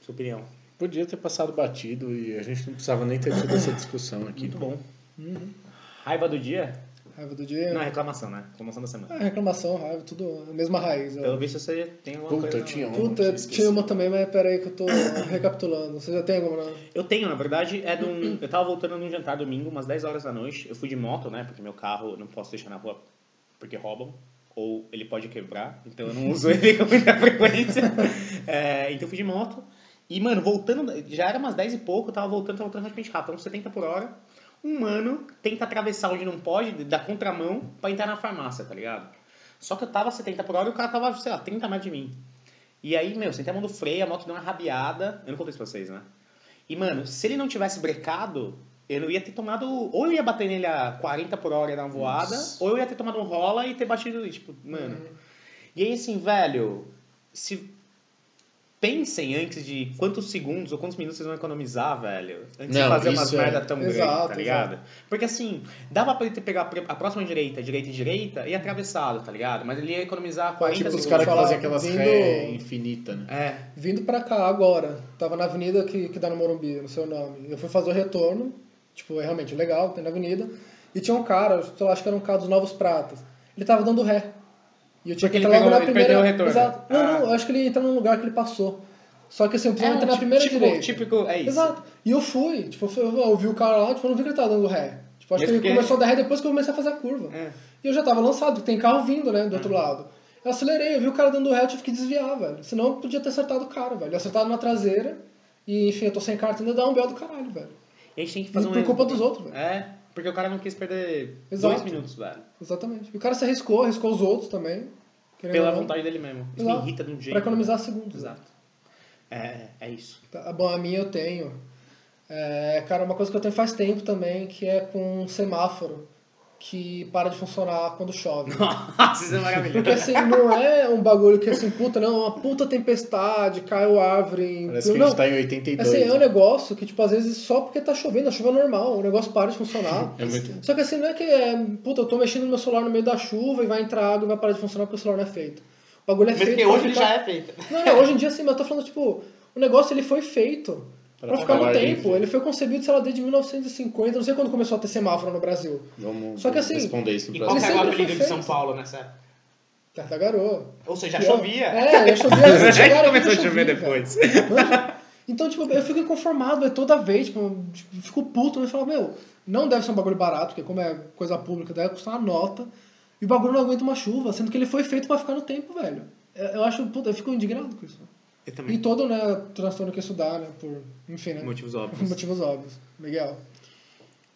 sua opinião.
Podia ter passado batido e a gente não precisava nem ter tido essa discussão aqui.
Muito bom. Raiva do dia?
Raiva do dia.
Não, reclamação, né? Reclamação da semana.
Ah, reclamação, raiva, tudo a mesma raiz. ó.
Pelo visto você tem alguma
É. Puta,
coisa.
eu tinha uma.
Puta, eu
Esqueci.
tinha uma também, mas peraí que eu tô recapitulando. Você já tem alguma? né?
Eu tenho, na verdade, é de um. Eu tava voltando num jantar domingo, umas 10 horas da noite. Eu fui de moto, né? Porque meu carro eu não posso deixar na rua porque roubam. Ou ele pode quebrar, então eu não uso ele com muita (laughs) frequência. É, então eu fui de moto. E, mano, voltando, já era umas 10 e pouco, eu tava voltando, tava voltando relativamente rápido, uns 70 por hora. Um mano tenta atravessar onde não pode, da contramão, pra entrar na farmácia, tá ligado? Só que eu tava 70 por hora e o cara tava, sei lá, 30 metros de mim. E aí, meu, sentei a mão no freio, a moto deu uma rabiada. Eu não contei isso pra vocês, né? E, mano, se ele não tivesse brecado, eu não ia ter tomado. Ou eu ia bater nele a 40 por hora e dar uma voada,
Nossa.
ou eu ia ter tomado um rola e ter batido, tipo, mano. E aí, assim, velho, se. Pensem antes de quantos segundos ou quantos minutos vocês vão economizar, velho. Antes de
Não,
fazer umas
isso é-
merda tão grandes,
Exato,
tá ligado? Porque assim, dava pra ele ter pegado a pre- a próxima direita, direita e direita e atravessado, tá ligado? Mas ele ia economizar 40
Tipo os
segundos.
caras que
Falar
fazem aquelas
vindo-
ré infinita, né?
É,
Vindo pra cá agora, tava na avenida que, que dá no Morumbi, não sei o nome. Eu fui fazer o retorno, tipo, é realmente legal, tem na avenida. E tinha um cara, sei lá, acho que era um cara dos Novos Pratas. Ele tava dando ré. E eu tinha
Porque
que
ele
entrar logo
pegou-
na
ele
primeira.
perdeu o retorno.
Exato. Não,
Ah.
não, eu acho que ele entra num lugar que ele passou. Só que assim, eu
É,
precisava entrar na
tipo-
primeira
típico,
direita.
Típico, é isso.
Exato. E eu fui, tipo, eu, fui, eu ouvi o cara lá, tipo, eu não vi que ele tava dando ré. Tipo, acho
Mesmo
que ele
que-
começou a dar ré depois que eu comecei a fazer a curva.
É.
E eu já tava lançado, tem carro vindo, né, do outro
Uhum.
lado. Eu acelerei, eu vi o cara dando ré, eu tive que desviar, velho. Senão eu podia ter acertado o cara, velho. Acertado na traseira. E, enfim, eu tô sem carta, ainda dá um belo do caralho, velho.
E a gente tem que
E
fazer
por
um.
culpa dos outros, velho.
É, porque o cara não quis perder
Exato.
dois minutos, velho.
Exatamente. E o cara se arriscou, arriscou os outros também. querendo
Pela
ou não,
vontade dele mesmo. Isso
Exato.
me irrita de um jeito.
Pra economizar segundos. né?
Exato. É, é isso. (laughs)
Tá, bom, a minha eu tenho. É, cara, uma coisa que eu tenho faz tempo também, que é com um semáforo que para de funcionar quando chove.
Nossa, isso é
Porque
maravilhoso.
assim, não é um bagulho que assim, puta, não, uma puta tempestade, caiu árvore. em-
Parece que a
não,
gente tá em 82.
assim, é um
né?
negócio que, tipo, às vezes só porque tá chovendo, a chuva é normal, o negócio para de
(laughs)
funcionar.
É muito-
Só que assim, não é que é, puta, eu tô mexendo no meu celular no meio da chuva e vai entrar água e vai parar de funcionar porque o celular não é feito. O bagulho é feito. pra ficar-
é feito.
não, não, hoje em dia sim, mas eu tô falando, tipo, o negócio ele foi feito pra,
Pra
ficar no
falar
tempo.
isso.
Ele foi concebido, sei lá, desde 1950, não sei quando começou a ter semáforo no Brasil.
Vamos
Só que assim,
responder isso no
E
qual
qual
que
que
é sempre
próximo.
era o
agora foi
apelido de
feito.
São
São
Paulo nessa época?
Tarta garoa.
Ou seja,
E, ó,
chovia. (laughs)
É, já chovia.
Já
chegaram aqui,
começou a chover
chovia,
depois.
velho. Manja. Então, tipo, eu fico inconformado, velho, toda vez, tipo, eu fico puto, eu falo, meu, não deve ser um bagulho barato, porque como é coisa pública, deve custar uma nota, e o bagulho não aguenta uma chuva, sendo que ele foi feito pra ficar no tempo, velho. É, Eu, eu acho, puta, eu fico indignado com isso.
Eu
E
também.
todo, né, transtorno que isso dá, né, por, enfim, né.
Motivos óbvios.
(laughs) Motivos óbvios. Miguel.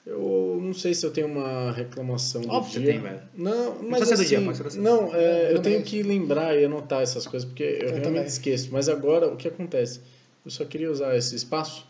Eu não sei se eu tenho uma reclamação do
Óbvio que
dia.
tem, velho.
Não, mas
precisa ser do
assim,
dia, pode ser da semana.
não, é, eu
No
tenho
mês.
que lembrar e anotar essas coisas porque eu, realmente
também.
esqueço. Mas agora o que acontece? Eu só queria usar esse espaço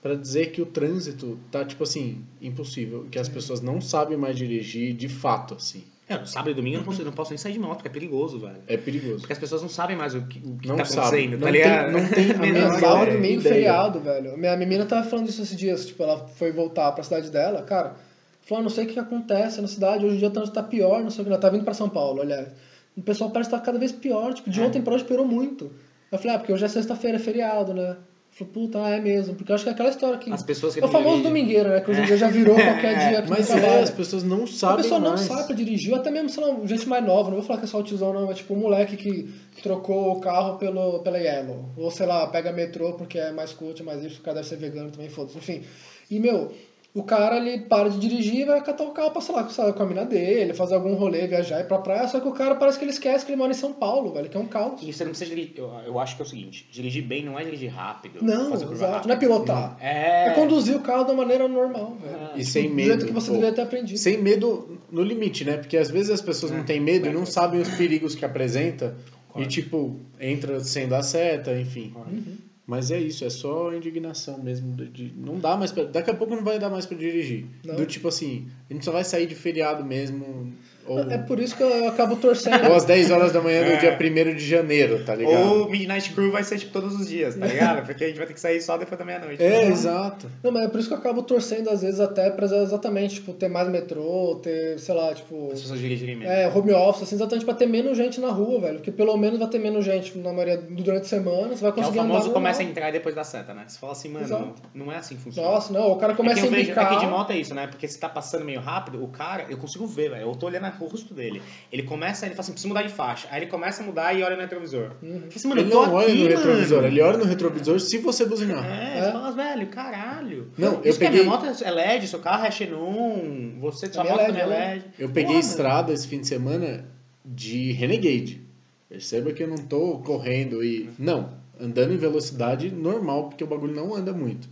para dizer que o trânsito tá tipo assim impossível, que as pessoas não sabem mais dirigir de fato assim.
É, no sábado e domingo eu não posso, eu não posso nem sair de moto, porque é perigoso, velho.
É perigoso.
Porque as pessoas não sabem mais o que, o que
Não
tá
sabe.
acontecendo,
Não
tá
tem-
ligado? (laughs)
não tem a
Menor
menor
Sábado,
é ideia.
domingo, feriado, velho. Minha menina tava falando isso esses dias, tipo, ela foi voltar pra cidade dela, cara, falou, "Ah, não sei o que acontece na cidade, hoje em dia o trânsito tá pior, não sei o que, ela tá vindo pra São Paulo, olha. O pessoal parece que tá cada vez pior, tipo, de
É.
ontem pra hoje piorou muito. Eu falei, ah, porque hoje é sexta-feira, é feriado, né? Eu falei, puta, ah, é mesmo, porque eu acho que é aquela história que...
As pessoas que
é o famoso
dirigem.
domingueiro, né, que hoje em dia já virou
(laughs)
qualquer dia aqui
Mas
no
é,
trabalho.
as pessoas não
A
sabem
pessoa não
mais.
sabe pra dirigir, ou até mesmo, sei lá, um gente mais nova, não vou falar que é só o tiozão, não, é tipo um moleque que trocou o carro pelo, pela Yellow. é Ou sei lá, pega metrô porque é mais curto, mais isso, o cara deve ser vegano também, foda-se, enfim. E, meu, O cara, ele para de dirigir e vai catar o carro pra, sei lá, com a- com a mina dele, fazer algum rolê, viajar, ir pra praia. Só que o cara parece que ele esquece que ele mora em São Paulo, velho, que é um caos.
E você não precisa dirigir. Eu, eu acho que é o seguinte: dirigir bem não é dirigir rápido.
Não,
fazer curva
exato.
rápida.
Não é pilotar.
É.
É conduzir o carro da maneira normal, velho.
E sem
Do jeito
medo.
que você
pô.
deveria ter aprendido.
Sem medo no limite, né? Porque às vezes as pessoas não têm medo e não
é.
sabem os perigos que apresenta. E
Concordo.
tipo, entra sem dar seta, enfim.
Concordo.
Uhum.
Mas é isso, é só indignação mesmo. de- de- não dá mais pra, Daqui a pouco não vai dar mais pra dirigir.
Não.
Do tipo assim, a gente só vai sair de feriado mesmo. Ou,
É por isso que eu acabo torcendo.
ou às 10 horas da manhã
É.
do dia 1 de janeiro, tá ligado?
Ou Midnight Crew vai ser tipo todos os dias, tá ligado? Porque a gente vai ter que sair só depois da meia-noite.
É, exato.
Não, mas é por isso que eu acabo torcendo, às vezes, até pra exatamente, tipo, ter mais metrô, ter, sei lá, tipo.
As pessoas dirigirem mesmo.
É, home office, assim, exatamente pra ter menos gente na rua, velho. Porque pelo menos vai ter menos gente tipo, na maioria durante a semana, você vai
Que é o
conseguir andar.
famoso
normal.
começa a entrar depois da seta, né? Você fala assim, mano,
Exato.
não é assim que funciona.
Nossa, não, o cara começa
é que
a
eu vejo, é
embicar.
que de moto é isso, né? Porque se tá passando meio rápido, o cara, eu consigo ver, velho. Eu tô olhando o rosto dele. Ele começa, ele fala assim, preciso mudar de faixa. Aí ele começa a mudar e olha no retrovisor.
Uhum.
Eu falo assim, mano,
ele
eu tô
não olha
aqui,
no
mano.
retrovisor, ele olha no retrovisor se você buzinar.
É,
É.
você fala, velho, caralho.
Não,
Por
eu
isso que a
peguei-
minha moto é LED, seu carro é Xenon, você, sua
minha
moto
LED,
também é
né?
LED.
Eu peguei
Porra,
estrada esse fim de semana de Renegade. Perceba que eu não tô correndo e. Não, andando em velocidade normal, porque o bagulho não anda muito.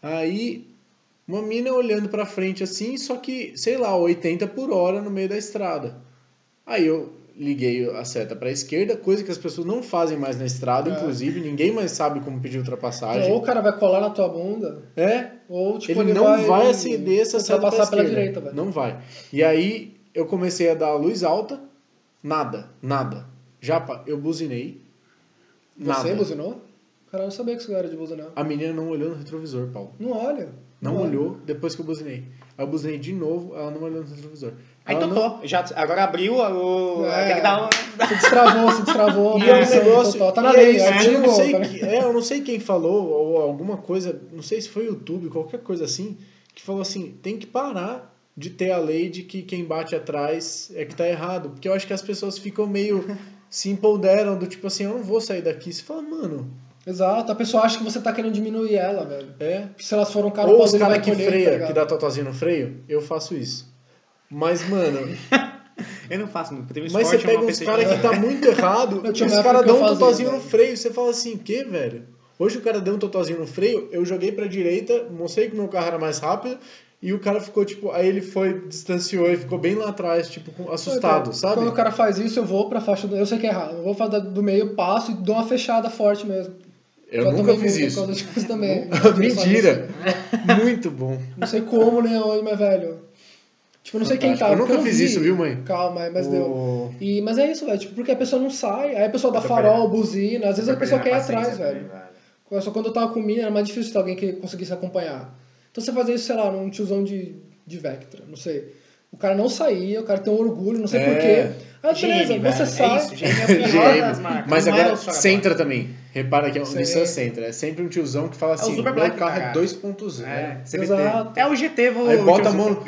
Aí, uma mina olhando pra frente assim, só que, sei lá, 80 por hora no meio da estrada. Aí eu liguei a seta pra esquerda, coisa que as pessoas não fazem mais na estrada,
É.
inclusive, ninguém mais sabe como pedir ultrapassagem.
Ou o cara vai colar na tua bunda,
É,
ou tipo,
ele, não vai, acender essa
vai
seta pra
passar pela
esquerda.
direita, né? velho.
Não vai. E aí eu comecei a dar a luz alta, nada, nada. Japa, eu buzinei,
Você
nada.
buzinou? Cara, eu não sabia que isso era de buzinar.
A menina não olhou no retrovisor, Paulo.
Não olha.
Não
olha.
olhou depois que eu buzinei. Aí eu buzinei de novo, ela não olhou no retrovisor.
Aí
Ela não...
topou. Já, agora abriu, o...
É.
tem que dar um...
Se destravou, se destravou.
E
não
é um
sei,
negócio.
total, Tá na
e é
lei,
isso,
aí
eu, não
ligou,
sei
tá ligado?
que- é, eu não sei quem falou, ou alguma coisa, não sei se foi o YouTube, qualquer coisa assim, que falou assim: tem que parar de ter a lei de que quem bate atrás é que tá errado. Porque eu acho que as pessoas ficam
(laughs)
meio. se empoderam do tipo assim: eu não vou sair daqui. Você fala, mano,
Exato, a pessoa acha que você tá querendo diminuir ela, velho.
é.
Que se elas foram caro,
Ou os
ele vai
caras que
colher, tá
freia,
ligado?
que dá totozinho no freio, eu faço isso. Mas, mano,
(laughs) Eu não faço muito, porque tem um
mas você
esporte, eu
pega
não
uns
pensei-
caras (laughs) que tá muito errado,
Eu
os
tinha uma época
caras
que é eu
dão um
fazia, né?
totozinho no
velho.
freio. Você fala assim, o que, velho? Hoje o cara deu um totozinho no freio, eu joguei pra direita, mostrei que meu carro era mais rápido, e o cara ficou, tipo, aí ele foi, distanciou e ficou bem lá atrás, tipo, com- assustado,
Então,
sabe?
Quando o cara faz isso, eu vou pra faixa do. Eu sei que é errado. Eu vou pra da- do meio, passo e dou uma fechada forte mesmo.
Eu
Já
nunca
tomei
fiz
multa
isso.
por causa disso (laughs) também. né?
Mentira! muito (laughs) bom.
Não sei como, nem aonde, mas velho. Tipo, eu não sei quem tá.
Fantástico. Eu nunca
porque
fiz
vi.
isso, viu, mãe?
Calma aí, mas
O-
deu. E, mas é isso, velho. Tipo, porque a pessoa não sai. Aí a pessoa dá
tô
farol,
perdendo.
buzina. Às vezes a
Tô
pessoa
perdendo
quer ir
a
atrás,
paciência
velho.
também,
Só quando eu tava com mina era mais difícil ter alguém que conseguisse acompanhar. Então você fazia isso, sei lá, num tiozão de, de Vectra, não sei. O cara não saía, o cara tem um orgulho, não sei
É.
porquê. Ah,
Gene,
beleza,
velho,
você
é
sai.
isso,
(laughs)
Gene é o pior
GM.
das marcas,
Mas
não é
agora,
o Sorocaba.
Sentra também. Repara que é um
Sim.
Nissan Sentra. É sempre um tiozão que fala assim,
Super
meu
Black,
carro é
cara.
2.0.
É, CBT.
Exato. É.
É o GT, vou...
Aí bota a mão... no-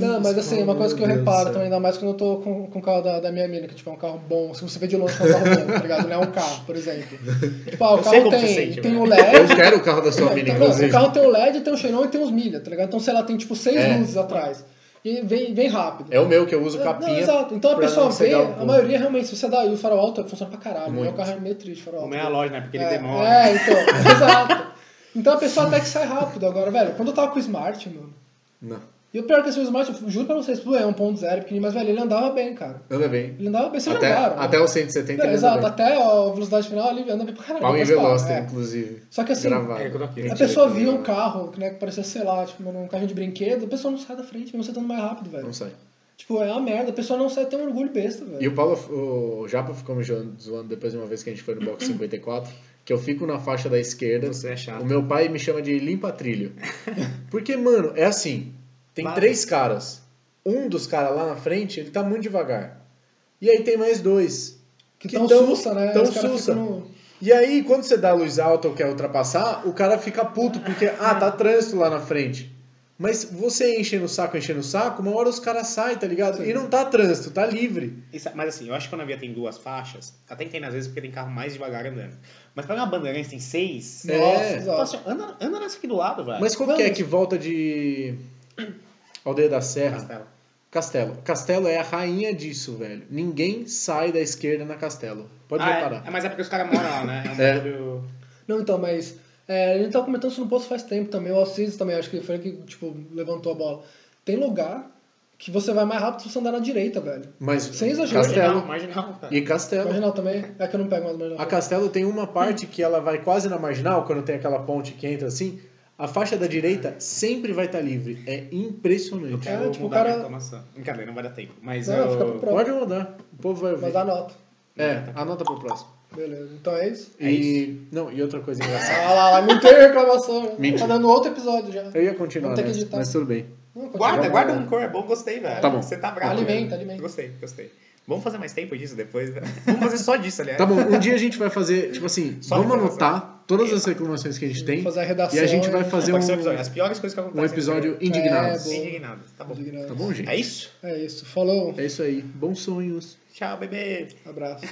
Não, mas assim, uma coisa que eu
Meu Deus do
reparo
céu.
também, ainda mais quando eu tô com, com o carro da, da minha mina, que tipo, é um carro bom. Se você vê de longe que é um carro bom, tá ligado? Não é um carro, por exemplo. Tipo, ah, o
Eu sei
carro
como
tem,
você sente,
tem
velho.
o LED.
Eu quero o carro da sua mina,
Então, não,
inclusive.
o carro tem o LED, tem o xenon e tem os milha, tá ligado? Então, sei lá, tem tipo seis
É.
luzes atrás. E vem, vem rápido.
É o meu que eu uso
É,
capinha.
Não, exato. Então a
pra
pessoa
não
vê,
cegar o
a
povo.
maioria realmente, se você dá e o farol alto, funciona pra caralho.
Muito.
O meu carro é meio triste, farol
O
alto.
meia loja, né? Porque ele
é,
demora.
É, então, (laughs) exato. Então a pessoa até que sai rápido agora, velho. Quando eu tava com o Smart, mano.
Não.
E o pior é que esse Smart, eu juro pra vocês, tudo é 1.0, pequenininho, mas, velho, ele andava bem, cara.
Anda bem.
Ele andava bem, vocês
Até,
andaram. né?
até o 170
Não,
ele
Exato,
anda bem.
até a velocidade final ele anda bem pra caralho.
Pau em
mas, cara,
Veloster,
é.
inclusive.
Só que assim,
Gravado.
É, que eu tô aqui.
a
Mentira,
pessoa
que eu
via
não-
um carro, né, que parecia, sei lá, tipo, um carrinho de brinquedo, a pessoa não sai da frente, mesmo você tá andando mais rápido, velho.
Não sai.
Tipo, é uma merda, a pessoa não sai, tem um orgulho besta, velho.
E o Paulo, o Japa ficou me zoando zoando depois de uma vez que a gente foi no
(coughs)
box 54, que eu fico na faixa da esquerda.
Você é chato.
O meu pai me chama de limpa trilho. Porque, mano, é assim. Tem
Claro.
três caras. Um dos caras lá na frente, ele tá muito devagar. E aí tem mais dois.
Que, tão,
tão-
sussa, né?
tão
Os caras
sussa.
ficam no-
E aí, quando você dá a luz alta ou quer ultrapassar, o cara fica puto porque, ah, tá trânsito lá na frente. Mas você enchendo o saco, enchendo o saco, uma hora os caras saem, tá ligado? E não tá trânsito, tá livre.
Isso- mas assim, eu acho que quando a via tem duas faixas, tá até entendo às vezes porque tem carro mais devagar andando. Mas pra uma bandeirante tem seis,
É.
nossa, fala assim, anda, anda nessa aqui do lado, velho.
Mas como que é que volta de Aldeia da Serra?
Castelo.
Castelo. Castelo é a rainha disso, velho. Ninguém sai da esquerda na Castelo. Pode
Ah, é-
reparar.
É, mas é porque os caras moram lá, né?
É.
É um bagulho-
Não, então, mas é, a gente tava comentando isso no posto faz tempo também. O Alcides também, acho que foi ele que tipo, levantou a bola. Tem lugar que você vai mais rápido se você andar na direita, velho.
Mas
Sem exagero.
Marginal,
Castelo
marginal, tá. cara.
e Castelo.
Marginal também? É que eu não pego mais marginal.
A Castelo tem uma parte que ela vai quase na marginal, quando tem aquela ponte que entra assim. A faixa da direita sempre vai estar livre. É impressionante.
É,
Eu vou
tipo, o
mudar
cara-
minha reclamação. Brincadeira, não vai dar tempo. Mas
Não,
eu...
fica pro próximo.
Pode mudar. O povo vai
Mas
ouvir.
dá nota.
É, anota pro próximo.
Beleza. Então é isso.
É
e não, e outra coisa engraçada.
Ah lá, lá, não tem reclamação.
(laughs) Mentira.
Tá dando outro episódio já.
Eu ia continuar,
Vamos ter que
nessa,
editar.
mas tudo bem.
Não, continua.
Guarda, guarda um cor, é bom, gostei, velho.
Tá bom.
Você tá bravo.
Alimenta,
velho.
alimenta.
Gostei, gostei. Vamos fazer mais tempo disso depois? (laughs) né? Vamos fazer só disso, aliás.
Tá bom, um dia a gente vai fazer, tipo assim,
Só
vamos
reclamação.
anotar todas as reclamações que a gente tem
Fazer a redação. é
e a gente vai
e-
fazer um,
Pode ser um episódio. As piores coisas que acontecem.
um episódio
no
indignados.
É,
Brasil. Indignados. Tá bom.
Indignado.
tá bom, gente?
É isso?
É isso. Falou.
É isso aí. Bons sonhos.
Tchau, bebê.
Abraço.